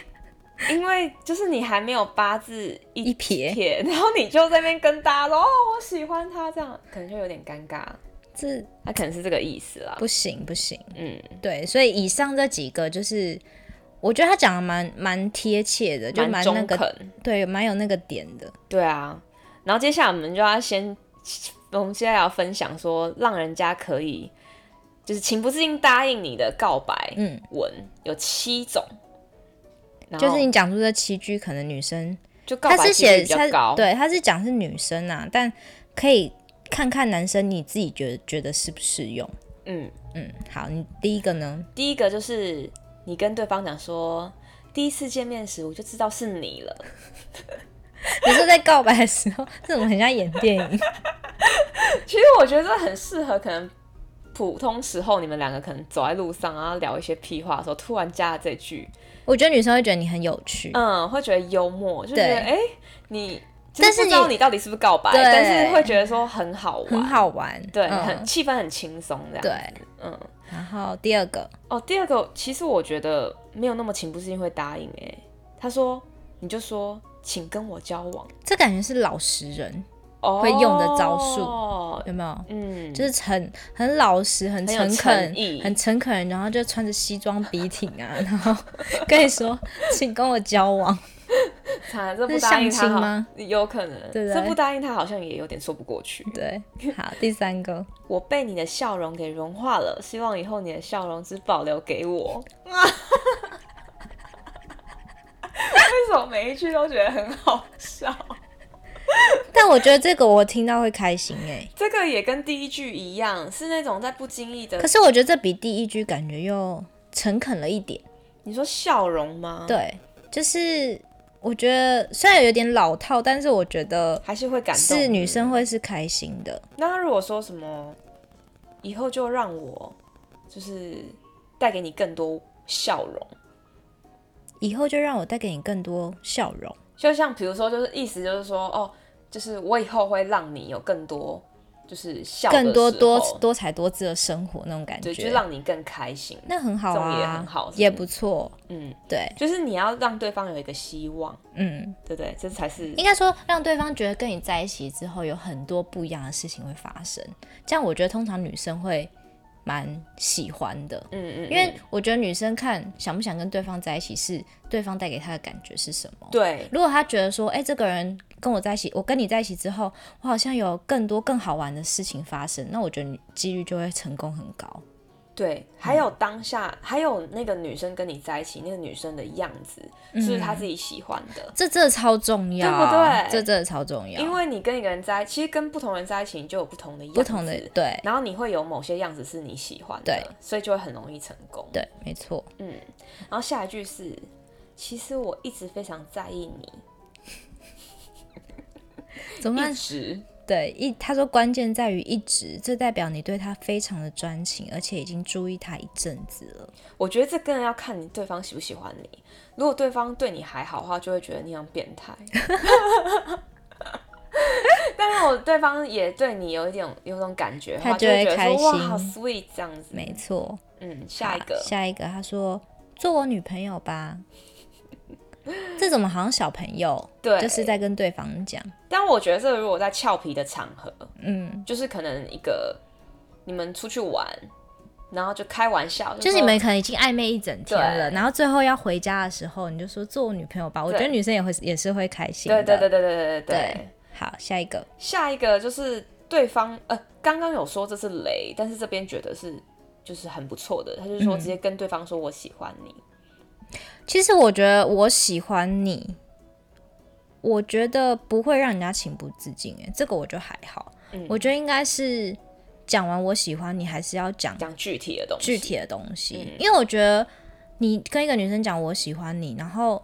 [SPEAKER 1] 因为就是你还没有八字一
[SPEAKER 2] 一撇
[SPEAKER 1] 撇，然后你就在那边跟大家说哦，我喜欢他，这样可能就有点尴尬。
[SPEAKER 2] 这
[SPEAKER 1] 他可能是这个意思啦。
[SPEAKER 2] 不行不行，
[SPEAKER 1] 嗯，
[SPEAKER 2] 对，所以以上这几个就是，我觉得他讲的蛮蛮贴切的，就
[SPEAKER 1] 蛮
[SPEAKER 2] 蛮那
[SPEAKER 1] 中
[SPEAKER 2] 个
[SPEAKER 1] 肯。
[SPEAKER 2] 对，蛮有那个点的。
[SPEAKER 1] 对啊，然后接下来我们就要先，我们现在要分享说，让人家可以就是情不自禁答应你的告白
[SPEAKER 2] 嗯，
[SPEAKER 1] 文有七种，然后
[SPEAKER 2] 就是你讲出这七句，可能女生
[SPEAKER 1] 就告
[SPEAKER 2] 他
[SPEAKER 1] 白
[SPEAKER 2] 是
[SPEAKER 1] 几率
[SPEAKER 2] 写
[SPEAKER 1] 比较
[SPEAKER 2] 他
[SPEAKER 1] 高，
[SPEAKER 2] 对他是讲是女生啊，但可以看看男生你自己觉得觉得适不适用。
[SPEAKER 1] 嗯，
[SPEAKER 2] 嗯，好，你第一个呢？
[SPEAKER 1] 第一个就是你跟对方讲说，第一次见面时我就知道是你了，
[SPEAKER 2] 你是在告白的时候， 这怎么很像演电影？
[SPEAKER 1] 其实我觉得这很适合，可能普通时候你们两个可能走在路上，然后聊一些屁话的时候，突然加了这句，
[SPEAKER 2] 我觉得女生会觉得你很有趣。
[SPEAKER 1] 嗯，会觉得幽默，就觉得
[SPEAKER 2] 对
[SPEAKER 1] 哎、诶你，
[SPEAKER 2] 但是
[SPEAKER 1] 就不知道
[SPEAKER 2] 你
[SPEAKER 1] 你到底是不是告白，
[SPEAKER 2] 对
[SPEAKER 1] 但是会觉得说很好玩，
[SPEAKER 2] 很好玩，
[SPEAKER 1] 对，
[SPEAKER 2] 嗯
[SPEAKER 1] 很气氛很轻松这样，
[SPEAKER 2] 对，。
[SPEAKER 1] 嗯，
[SPEAKER 2] 然后第二个，
[SPEAKER 1] 哦，第二个其实我觉得没有那么情不自禁会答应、诶，他说你就说请跟我交往，
[SPEAKER 2] 这感觉是老实人，
[SPEAKER 1] 哦、
[SPEAKER 2] 会用的招数
[SPEAKER 1] 数，
[SPEAKER 2] 有没有？
[SPEAKER 1] 嗯，
[SPEAKER 2] 就是很很老实、很
[SPEAKER 1] 很有
[SPEAKER 2] 诚
[SPEAKER 1] 诚意
[SPEAKER 2] 恳、很诚恳，然后就穿着西装笔挺啊， 然后跟你说，请跟我交往。
[SPEAKER 1] 惨了，这
[SPEAKER 2] 这
[SPEAKER 1] 不
[SPEAKER 2] 是
[SPEAKER 1] 答应
[SPEAKER 2] 相
[SPEAKER 1] 他
[SPEAKER 2] 亲
[SPEAKER 1] 好
[SPEAKER 2] 吗？
[SPEAKER 1] 有可能，
[SPEAKER 2] 对不
[SPEAKER 1] 这
[SPEAKER 2] 对
[SPEAKER 1] 不答应他好像也有点说不过去。
[SPEAKER 2] 对，好，第三个，
[SPEAKER 1] 我被你的笑容给融化了，希望以后你的笑容只保留给我。为什么每一句都觉得很好笑？
[SPEAKER 2] 但我觉得这个我听到会开心哎、
[SPEAKER 1] 这个也跟第一句一样，是那种在不经意的
[SPEAKER 2] 可。是我觉得这比第一句感觉又诚恳了一点。
[SPEAKER 1] 你说笑容吗？，
[SPEAKER 2] 对，就是我觉得虽然有点老套，但是我觉得
[SPEAKER 1] 还是会感动。
[SPEAKER 2] 是女生会是开心的。
[SPEAKER 1] 那他如果说什么，以后就让我就是带给你更多笑容，
[SPEAKER 2] 以后就让我带给你更多笑容。
[SPEAKER 1] 就像比如说，就是意思就是说，哦，就是我以后会让你有更多就是笑的
[SPEAKER 2] 更多
[SPEAKER 1] 时
[SPEAKER 2] 多
[SPEAKER 1] 候
[SPEAKER 2] 多彩多姿的生活那种感
[SPEAKER 1] 对，就
[SPEAKER 2] 觉，
[SPEAKER 1] 让你更开心。
[SPEAKER 2] 那很好
[SPEAKER 1] 这种
[SPEAKER 2] 啊，
[SPEAKER 1] 也很好是不是
[SPEAKER 2] 也不错。
[SPEAKER 1] 嗯，
[SPEAKER 2] 对，
[SPEAKER 1] 就是你要让对方有一个希望，
[SPEAKER 2] 嗯，
[SPEAKER 1] 对不对？这才是
[SPEAKER 2] 应该说让对方觉得跟你在一起之后有很多不一样的事情会发生，这样我觉得通常女生会蛮喜欢的，
[SPEAKER 1] 嗯嗯，
[SPEAKER 2] 因为
[SPEAKER 1] 嗯
[SPEAKER 2] 我觉得女生看想不想跟对方在一起是对方带给她的感觉是什么。
[SPEAKER 1] 对
[SPEAKER 2] 如果她觉得说，哎、这个人跟我在一起，我跟你在一起之后，我好像有更多更好玩的事情发生，那我觉得你几率就会成功很高。
[SPEAKER 1] 对，
[SPEAKER 2] 嗯
[SPEAKER 1] 还有当下，还有那个女生跟你在一起，那个女生的样子是
[SPEAKER 2] 嗯
[SPEAKER 1] 不是她自己喜欢的？
[SPEAKER 2] 这真的超重要，
[SPEAKER 1] 对不对
[SPEAKER 2] 这真的超重要，
[SPEAKER 1] 因为你跟一个人在，其实跟不同人在一起，你就有不同的样子
[SPEAKER 2] 不同的对
[SPEAKER 1] 然后你会有某些样子是你喜欢的，
[SPEAKER 2] 对
[SPEAKER 1] 所以就会很容易成功。
[SPEAKER 2] 对，没错，
[SPEAKER 1] 嗯，然后下一句是，其实我一直非常在意你，
[SPEAKER 2] 怎么
[SPEAKER 1] 一
[SPEAKER 2] 办？
[SPEAKER 1] 直
[SPEAKER 2] 对一，他说关键在于一直，这代表你对他非常的专情，而且已经注意他一阵子了。
[SPEAKER 1] 我觉得这更要看你对方喜不喜欢你。如果对方对你还好的话，就会觉得你很变 态。但如果对方也对你有一点有一种感觉的话，
[SPEAKER 2] 他
[SPEAKER 1] 就
[SPEAKER 2] 就会
[SPEAKER 1] 觉得
[SPEAKER 2] 开
[SPEAKER 1] 说
[SPEAKER 2] 心
[SPEAKER 1] 哇，好 sweet 这样子。
[SPEAKER 2] 没错，
[SPEAKER 1] 嗯，下一
[SPEAKER 2] 好
[SPEAKER 1] 个
[SPEAKER 2] 下一个，他说做我女朋友 吧，这怎么好像小朋友？
[SPEAKER 1] 对，
[SPEAKER 2] 就是在跟对方讲，
[SPEAKER 1] 但我觉得这个如果在俏皮的场合，
[SPEAKER 2] 嗯，
[SPEAKER 1] 就是可能一个你们出去玩，然后就开玩笑，
[SPEAKER 2] 就是
[SPEAKER 1] 说
[SPEAKER 2] 你们可能已经暧昧一整天了，
[SPEAKER 1] 对
[SPEAKER 2] 然后最后要回家的时候，你就说做我女朋友吧，我觉得
[SPEAKER 1] 对
[SPEAKER 2] 女生也会也是会开心的。
[SPEAKER 1] 对对对对对对对
[SPEAKER 2] 对好，下一个，
[SPEAKER 1] 下一个就是对方呃，刚刚有说这是雷，但是这边觉得是就是很不错的，他就是说直接跟对方说我喜欢你，
[SPEAKER 2] 其实我觉得我喜欢你，我觉得不会让人家情不自禁，哎，这个我就还好。
[SPEAKER 1] 嗯
[SPEAKER 2] 我觉得应该是讲完我喜欢你，还是要讲
[SPEAKER 1] 讲嗯具体的东西，
[SPEAKER 2] 具体的东西，因为我觉得你跟一个女生讲我喜欢你，然后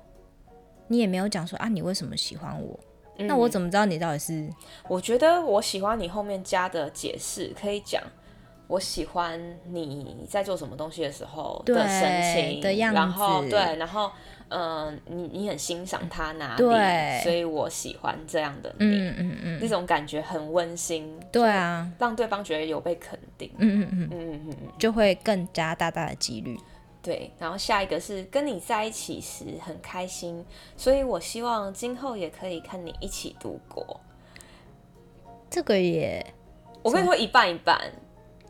[SPEAKER 2] 你也没有讲说啊你为什么喜欢我，
[SPEAKER 1] 嗯
[SPEAKER 2] 那我怎么知道你到底是？
[SPEAKER 1] 我觉得我喜欢你后面加的解释可以讲。我喜欢你在做什么东西的时候的
[SPEAKER 2] 对
[SPEAKER 1] 神情
[SPEAKER 2] 的样子
[SPEAKER 1] 然后对，然后嗯、呃你你很欣赏他哪里，
[SPEAKER 2] 对
[SPEAKER 1] 所以我喜欢这样的你，
[SPEAKER 2] 嗯嗯嗯，
[SPEAKER 1] 那种感觉很温馨，
[SPEAKER 2] 对啊，
[SPEAKER 1] 让对方觉得有被肯定。
[SPEAKER 2] 嗯嗯嗯，
[SPEAKER 1] 嗯嗯嗯嗯，
[SPEAKER 2] 就会更加大大的几率。
[SPEAKER 1] 对。然后下一个是跟你在一起时很开心，所以我希望今后也可以看你一起度过。
[SPEAKER 2] 这个也
[SPEAKER 1] 我跟你说一半一半，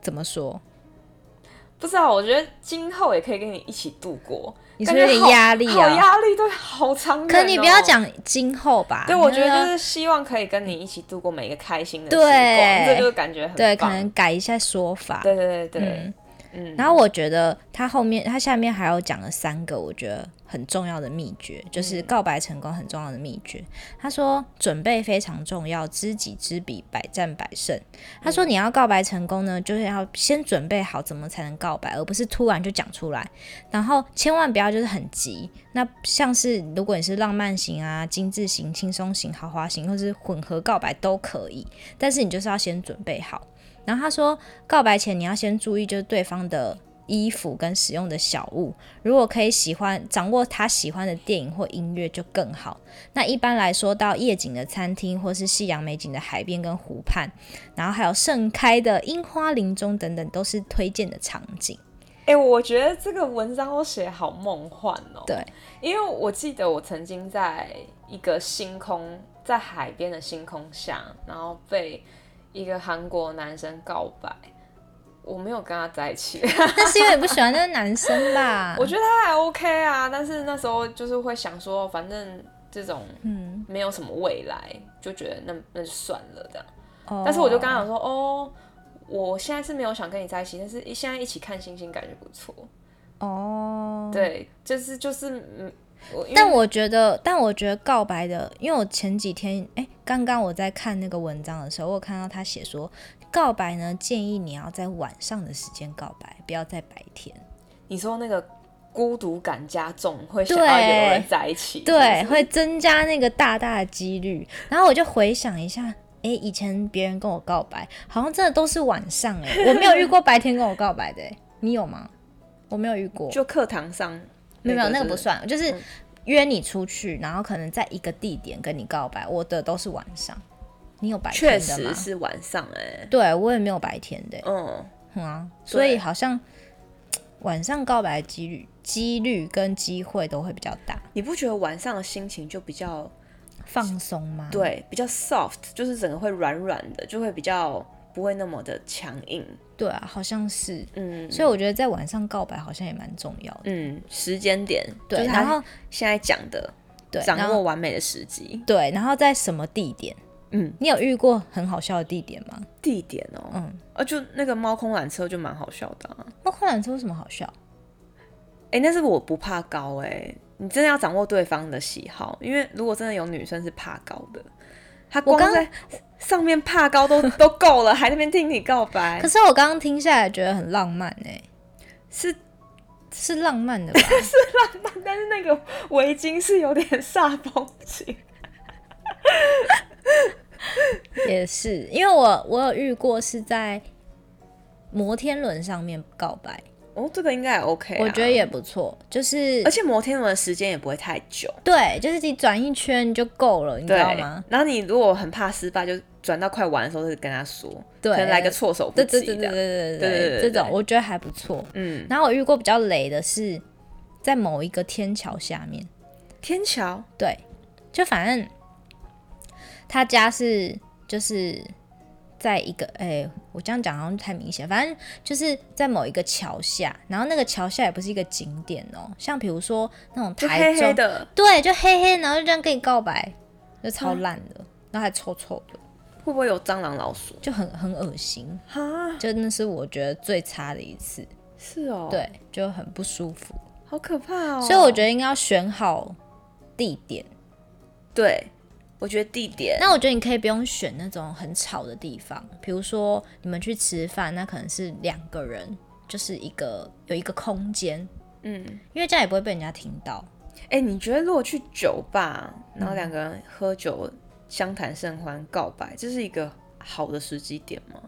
[SPEAKER 2] 怎么说？
[SPEAKER 1] 不知道，我觉得今后也可以跟你一起度过。
[SPEAKER 2] 你是不是有点压力
[SPEAKER 1] 好
[SPEAKER 2] 啊？
[SPEAKER 1] 压力，对，好长远哦、
[SPEAKER 2] 可你不要讲今后吧。
[SPEAKER 1] 对，我觉
[SPEAKER 2] 你
[SPEAKER 1] 得
[SPEAKER 2] 要
[SPEAKER 1] 就是希望可以跟你一起度过每一个开心的时
[SPEAKER 2] 对
[SPEAKER 1] 光，这就是感觉很
[SPEAKER 2] 对，可
[SPEAKER 1] 棒
[SPEAKER 2] 能改一下说法。
[SPEAKER 1] 对对对对，
[SPEAKER 2] 嗯
[SPEAKER 1] 嗯，
[SPEAKER 2] 然后我觉得他后面他下面还有讲了三个我觉得很重要的秘诀，
[SPEAKER 1] 嗯
[SPEAKER 2] 就是告白成功很重要的秘诀。他说准备非常重要，知己知彼，百战百胜。他
[SPEAKER 1] 嗯
[SPEAKER 2] 说你要告白成功呢，就是要先准备好怎么才能告白，而不是突然就讲出来。然后千万不要就是很急。那像是如果你是浪漫型啊、精致型、轻松型、豪华型，或是混合告白都可以，但是你就是要先准备好。然后他说，告白前你要先注意就是对方的衣服跟使用的小物，如果可以喜欢掌握他喜欢的电影或音乐就更好。那一般来说，到夜景的餐厅或是夕阳美景的海边跟湖畔，然后还有盛开的樱花林中等等，都是推荐的场景。
[SPEAKER 1] 哎、我觉得这个文章都写好梦幻哦。
[SPEAKER 2] 对，
[SPEAKER 1] 因为我记得我曾经在一个星空，在海边的星空下，然后被一个韩国男生告白，我没有跟他在一起，？
[SPEAKER 2] 但是因为你不喜欢那个男生吧
[SPEAKER 1] 我觉得他还 OK 啊，但是那时候就是会想说，反正这种
[SPEAKER 2] 嗯，
[SPEAKER 1] 没有什么未来，就觉得那那就算了这样。
[SPEAKER 2] 哦
[SPEAKER 1] 但是我就跟他讲说，哦，我现在是没有想跟你在一起，但是一现在一起看星星感觉不错。
[SPEAKER 2] 哦，
[SPEAKER 1] 对，就是就是，嗯，我因为
[SPEAKER 2] 但我觉得，但我觉得告白的，因为我前几天，哎，刚刚我在看那个文章的时候，我有看到他写说，告白呢建议你要在晚上的时间告白，不要在白天。
[SPEAKER 1] 你说那个孤独感加重，会想要有人在一起，
[SPEAKER 2] 对，
[SPEAKER 1] 是不是
[SPEAKER 2] 会增加那个大大的几率。然后我就回想一下，哎，以前别人跟我告白，好像真的都是晚上，哎，我没有遇过白天跟我告白的，诶你有吗？我没有遇过，
[SPEAKER 1] 就课堂上
[SPEAKER 2] 没有没有，那个
[SPEAKER 1] 是嗯
[SPEAKER 2] 不算，就是约你出去，然后可能在一个地点跟你告白，我的都是晚上。你有白
[SPEAKER 1] 确
[SPEAKER 2] 天的吗
[SPEAKER 1] 实？是晚上哎、
[SPEAKER 2] 对我也没有白天的、
[SPEAKER 1] 嗯，
[SPEAKER 2] 嗯啊，所以好像晚上告白的几率、几率跟机会都会比较大，
[SPEAKER 1] 你不觉得晚上的心情就比较
[SPEAKER 2] 放松吗？，
[SPEAKER 1] 对，比较 soft，就是整个会软软的，就会比较不会那么的强硬。
[SPEAKER 2] 对啊，好像是。
[SPEAKER 1] 嗯
[SPEAKER 2] 所以我觉得在晚上告白好像也蛮重要的。
[SPEAKER 1] 嗯，时间点，
[SPEAKER 2] 对，
[SPEAKER 1] 嗯就是他
[SPEAKER 2] 然后
[SPEAKER 1] 现在讲的，
[SPEAKER 2] 对，然
[SPEAKER 1] 掌
[SPEAKER 2] 后
[SPEAKER 1] 握完美的时机。
[SPEAKER 2] 对，然后在什么地点？
[SPEAKER 1] 嗯，
[SPEAKER 2] 你有遇过很好笑的地点吗？
[SPEAKER 1] 地点哦，
[SPEAKER 2] 嗯，
[SPEAKER 1] 啊，就那个猫空缆车就蛮好笑的、啊。
[SPEAKER 2] 那空缆车有什么好笑？
[SPEAKER 1] 哎、但是我不怕高哎、你真的要掌握对方的喜好，因为如果真的有女生是怕高的，她光
[SPEAKER 2] 我刚
[SPEAKER 1] 在上面怕高都都够了，还在那边听你告白
[SPEAKER 2] 可，是我刚刚听下来觉得很浪漫哎、
[SPEAKER 1] 是，
[SPEAKER 2] 是浪漫 的吧？
[SPEAKER 1] 但是那个围巾是有点煞风景。
[SPEAKER 2] 也是，因为我我有遇过是在摩天轮上面告白，
[SPEAKER 1] 哦，这个应该也 OK，、啊、
[SPEAKER 2] 我觉得，也不错，就是
[SPEAKER 1] 而且摩天轮的时间也不会太久，
[SPEAKER 2] 对，就是你转一圈就够了，你知
[SPEAKER 1] 对
[SPEAKER 2] 道吗？。
[SPEAKER 1] 然后你如果很怕失败，就转到快完的时候就跟他说，
[SPEAKER 2] 对
[SPEAKER 1] 可能来个措手不
[SPEAKER 2] 对
[SPEAKER 1] 及
[SPEAKER 2] 对对对
[SPEAKER 1] 这样。
[SPEAKER 2] 对对
[SPEAKER 1] 对对对
[SPEAKER 2] 这
[SPEAKER 1] 对
[SPEAKER 2] 种我觉得还不错。
[SPEAKER 1] 嗯，
[SPEAKER 2] 然后我遇过比较雷的是在某一个天桥下面，
[SPEAKER 1] 天桥，
[SPEAKER 2] 对，就反正他家是就是在一个哎、我这样讲好像太明显，反正就是在某一个桥下，然后那个桥下也不是一个景点哦、像比如说那种
[SPEAKER 1] 就
[SPEAKER 2] 台
[SPEAKER 1] 黑
[SPEAKER 2] 中，
[SPEAKER 1] 黑的，
[SPEAKER 2] 对，就黑黑，然后就这样跟你告白，就
[SPEAKER 1] 啊
[SPEAKER 2] 超烂的，然后还臭臭的，
[SPEAKER 1] 会不会有蟑螂、老鼠？
[SPEAKER 2] 就很很恶心，
[SPEAKER 1] 哈，
[SPEAKER 2] 就那是我觉得最差的一次，
[SPEAKER 1] 是哦，，
[SPEAKER 2] 对，就很不舒服，
[SPEAKER 1] 好可怕哦。
[SPEAKER 2] 所以我觉得应该要选好地点。
[SPEAKER 1] 对，我觉得地点，
[SPEAKER 2] 那我觉得你可以不用选那种很吵的地方，比如说你们去吃饭，那可能是两个人，就是一个有一个空间，
[SPEAKER 1] 嗯，
[SPEAKER 2] 因为这样也不会被人家听到。
[SPEAKER 1] 哎、你觉得如果去酒吧，然后两个人喝酒、相谈甚欢、告白，这是一个好的时机点吗？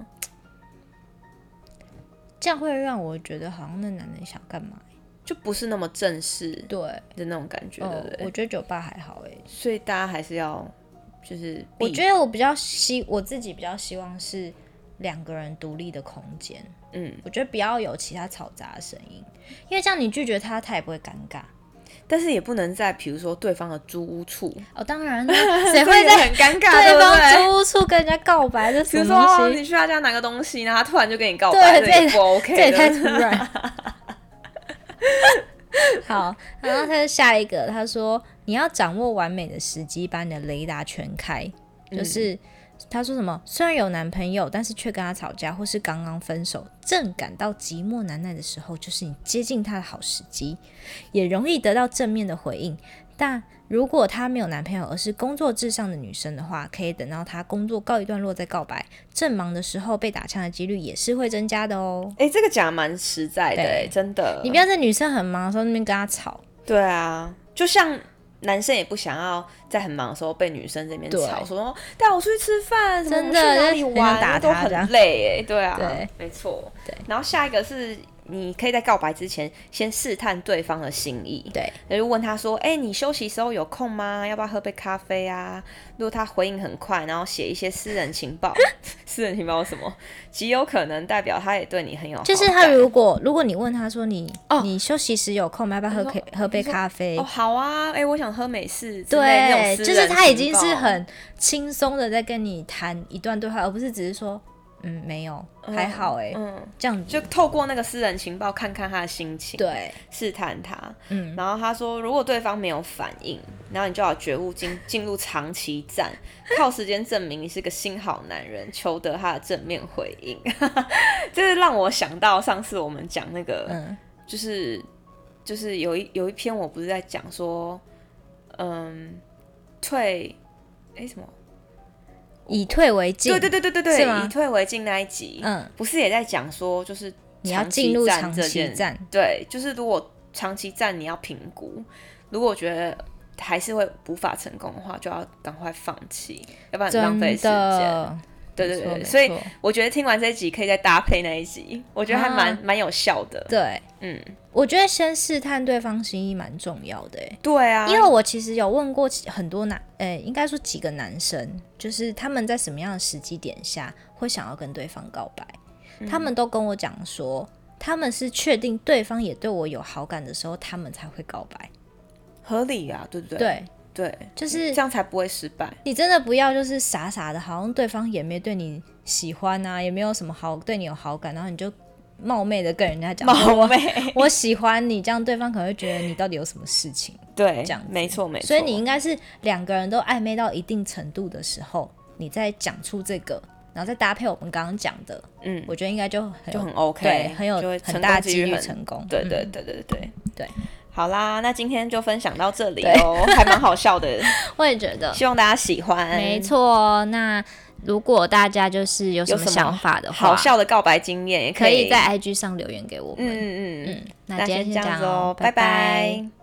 [SPEAKER 2] 这样会让我觉得好像那男人想干嘛？
[SPEAKER 1] 就不是那么正式
[SPEAKER 2] 对，
[SPEAKER 1] 的那种感觉，对
[SPEAKER 2] 哦
[SPEAKER 1] 不，对？
[SPEAKER 2] 我觉得酒吧还好哎、
[SPEAKER 1] 所以大家还是要就是避，
[SPEAKER 2] 我觉得我比较希我自己比较希望是两个人独立的空间，
[SPEAKER 1] 嗯，
[SPEAKER 2] 我觉得不要有其他嘈杂的声音，因为这样你拒绝他，他也不会尴尬。
[SPEAKER 1] 但是也不能在比如说对方的租屋处，
[SPEAKER 2] 哦，当然了， 谁
[SPEAKER 1] 这
[SPEAKER 2] 会
[SPEAKER 1] 也
[SPEAKER 2] 在
[SPEAKER 1] 很尴尬，对
[SPEAKER 2] 对
[SPEAKER 1] 不
[SPEAKER 2] 方
[SPEAKER 1] 对？
[SPEAKER 2] 租屋处跟人家告白，这
[SPEAKER 1] 比
[SPEAKER 2] 什
[SPEAKER 1] 如说、
[SPEAKER 2] 么
[SPEAKER 1] 哦、
[SPEAKER 2] 东
[SPEAKER 1] 你
[SPEAKER 2] 西？
[SPEAKER 1] 去他家拿个东西，然后他突然就跟你告白，
[SPEAKER 2] 对
[SPEAKER 1] 这
[SPEAKER 2] 这也
[SPEAKER 1] 也不 OK，
[SPEAKER 2] 这也
[SPEAKER 1] 的
[SPEAKER 2] 太突然。好，然后他就下一个，
[SPEAKER 1] 嗯
[SPEAKER 2] 他说你要掌握完美的时机，把你的雷达全开，就是他说什么？虽然有男朋友，但是却跟他吵架，或是刚刚分手，正感到寂寞难耐的时候，就是你接近他的好时机，也容易得到正面的回应。但如果她没有男朋友，而是工作至上的女生的话，可以等到她工作告一段落再告白。正忙的时候被打枪的几率也是会增加的哦。
[SPEAKER 1] 哎、这个讲得蛮实在的、哎
[SPEAKER 2] 对
[SPEAKER 1] 真的。
[SPEAKER 2] 你不要在女生很忙的时候那边跟她吵，
[SPEAKER 1] 对啊，就像男生也不想要在很忙的时候被女生这边
[SPEAKER 2] 对
[SPEAKER 1] 吵，说哦带我出去吃饭，什么
[SPEAKER 2] 真
[SPEAKER 1] 我们
[SPEAKER 2] 的
[SPEAKER 1] 去哪里
[SPEAKER 2] 就很想
[SPEAKER 1] 玩，
[SPEAKER 2] 打他
[SPEAKER 1] 都
[SPEAKER 2] 这样
[SPEAKER 1] 很累哎。对啊，
[SPEAKER 2] 对，
[SPEAKER 1] 没错。
[SPEAKER 2] 对，
[SPEAKER 1] 然后下一个是你可以在告白之前先试探对方的心意，
[SPEAKER 2] 对，
[SPEAKER 1] 那就问他说：“哎、你休息时候有空吗？要不要喝杯咖啡啊？”如果他回应很快，然后写一些私人情报， 私人情报是什么，极有可能代表他也对你很有好
[SPEAKER 2] 就是他
[SPEAKER 1] 感
[SPEAKER 2] 如果如果你问他说你、
[SPEAKER 1] 哦
[SPEAKER 2] 你休息时有空吗？要不要喝
[SPEAKER 1] 你说
[SPEAKER 2] 咖喝杯
[SPEAKER 1] 你说
[SPEAKER 2] 咖啡？
[SPEAKER 1] 哦，好啊，哎、我想喝美式之类
[SPEAKER 2] 对，
[SPEAKER 1] 那种私
[SPEAKER 2] 就
[SPEAKER 1] 人情报，
[SPEAKER 2] 是他已经是很轻松的在跟你谈一段对话，而不是只是说嗯没有
[SPEAKER 1] 嗯
[SPEAKER 2] 还好哎、
[SPEAKER 1] 嗯，
[SPEAKER 2] 这样子
[SPEAKER 1] 就透过那个私人情报看看他的心情，，
[SPEAKER 2] 对
[SPEAKER 1] 试探他。
[SPEAKER 2] 嗯
[SPEAKER 1] 然后他说，如果对方没有反应，然后你就要觉悟进进入长期战，靠时间证明你是个新好男人，求得他的正面回应。 这个让我想到上次我们讲那个，
[SPEAKER 2] 嗯
[SPEAKER 1] 就是就是有一有一篇我不是在讲说，嗯，退，哎、什么？
[SPEAKER 2] 以退为进，
[SPEAKER 1] 对对对对对
[SPEAKER 2] 是吗
[SPEAKER 1] 对，以退为进那一集，
[SPEAKER 2] 嗯
[SPEAKER 1] 不是也在讲说，就是
[SPEAKER 2] 你要
[SPEAKER 1] 长期
[SPEAKER 2] 进入
[SPEAKER 1] 战
[SPEAKER 2] 长
[SPEAKER 1] 这
[SPEAKER 2] 期
[SPEAKER 1] 件
[SPEAKER 2] 战，
[SPEAKER 1] 对，就是如果长期战你要评估，如果觉得还是会无法成功的话，就要赶快放弃，要不然浪
[SPEAKER 2] 真
[SPEAKER 1] 费时间。
[SPEAKER 2] 的，
[SPEAKER 1] 对
[SPEAKER 2] 没
[SPEAKER 1] 对
[SPEAKER 2] 错
[SPEAKER 1] 对，
[SPEAKER 2] 没
[SPEAKER 1] 所以
[SPEAKER 2] 错
[SPEAKER 1] 我觉得听完这一集可以再搭配那一集，我觉得还蛮
[SPEAKER 2] 啊
[SPEAKER 1] 蛮、有效的。
[SPEAKER 2] 对。
[SPEAKER 1] 嗯，
[SPEAKER 2] 我觉得先试探对方心意蛮重要的、欸，
[SPEAKER 1] 对啊，
[SPEAKER 2] 因为我其实有问过其很多男，呃、应该说几个男生，就是他们在什么样的时机点下会想要跟对方告白，
[SPEAKER 1] 嗯
[SPEAKER 2] 他们都跟我讲说，他们是确定对方也对我有好感的时候，他们才会告白。
[SPEAKER 1] 合理啊，对不对？
[SPEAKER 2] 对，
[SPEAKER 1] 对，
[SPEAKER 2] 就是
[SPEAKER 1] 这样才不会失败。
[SPEAKER 2] 你真的不要就是傻傻的，好像对方也没对你喜欢啊，也没有什么好对你有好感，然后你就冒昧的跟人家讲说 我
[SPEAKER 1] 妹，
[SPEAKER 2] 我喜欢你，这样对方可能会觉得你到底有什么事情。
[SPEAKER 1] 对，
[SPEAKER 2] 这样子
[SPEAKER 1] 没错没错。
[SPEAKER 2] 所以你应该是两个人都暧昧到一定程度的时候，你再讲出这个，然后再搭配我们刚刚讲的，
[SPEAKER 1] 嗯，
[SPEAKER 2] 我觉得应该就很
[SPEAKER 1] 就
[SPEAKER 2] 有
[SPEAKER 1] 很 OK，
[SPEAKER 2] 对，很有
[SPEAKER 1] 就会
[SPEAKER 2] 很
[SPEAKER 1] 成
[SPEAKER 2] 大
[SPEAKER 1] 功
[SPEAKER 2] 几率
[SPEAKER 1] 很
[SPEAKER 2] 成功。
[SPEAKER 1] 对
[SPEAKER 2] 嗯
[SPEAKER 1] 对对对对
[SPEAKER 2] 对。
[SPEAKER 1] 好啦，那今天就分享到这里
[SPEAKER 2] 对
[SPEAKER 1] 哦， 还蛮好 笑的，
[SPEAKER 2] 我也觉得
[SPEAKER 1] 希望大家喜欢。
[SPEAKER 2] 没，错。那如果大家就是有什
[SPEAKER 1] 有
[SPEAKER 2] 么
[SPEAKER 1] 什么
[SPEAKER 2] 想法的话，
[SPEAKER 1] 好笑的告白经验也
[SPEAKER 2] 可
[SPEAKER 1] 以
[SPEAKER 2] 以在 IG 上留言给我们。
[SPEAKER 1] 嗯嗯嗯，
[SPEAKER 2] 嗯，那
[SPEAKER 1] 那
[SPEAKER 2] 今天
[SPEAKER 1] 先
[SPEAKER 2] 先
[SPEAKER 1] 这样
[SPEAKER 2] 样
[SPEAKER 1] 子哦，
[SPEAKER 2] 拜
[SPEAKER 1] 拜拜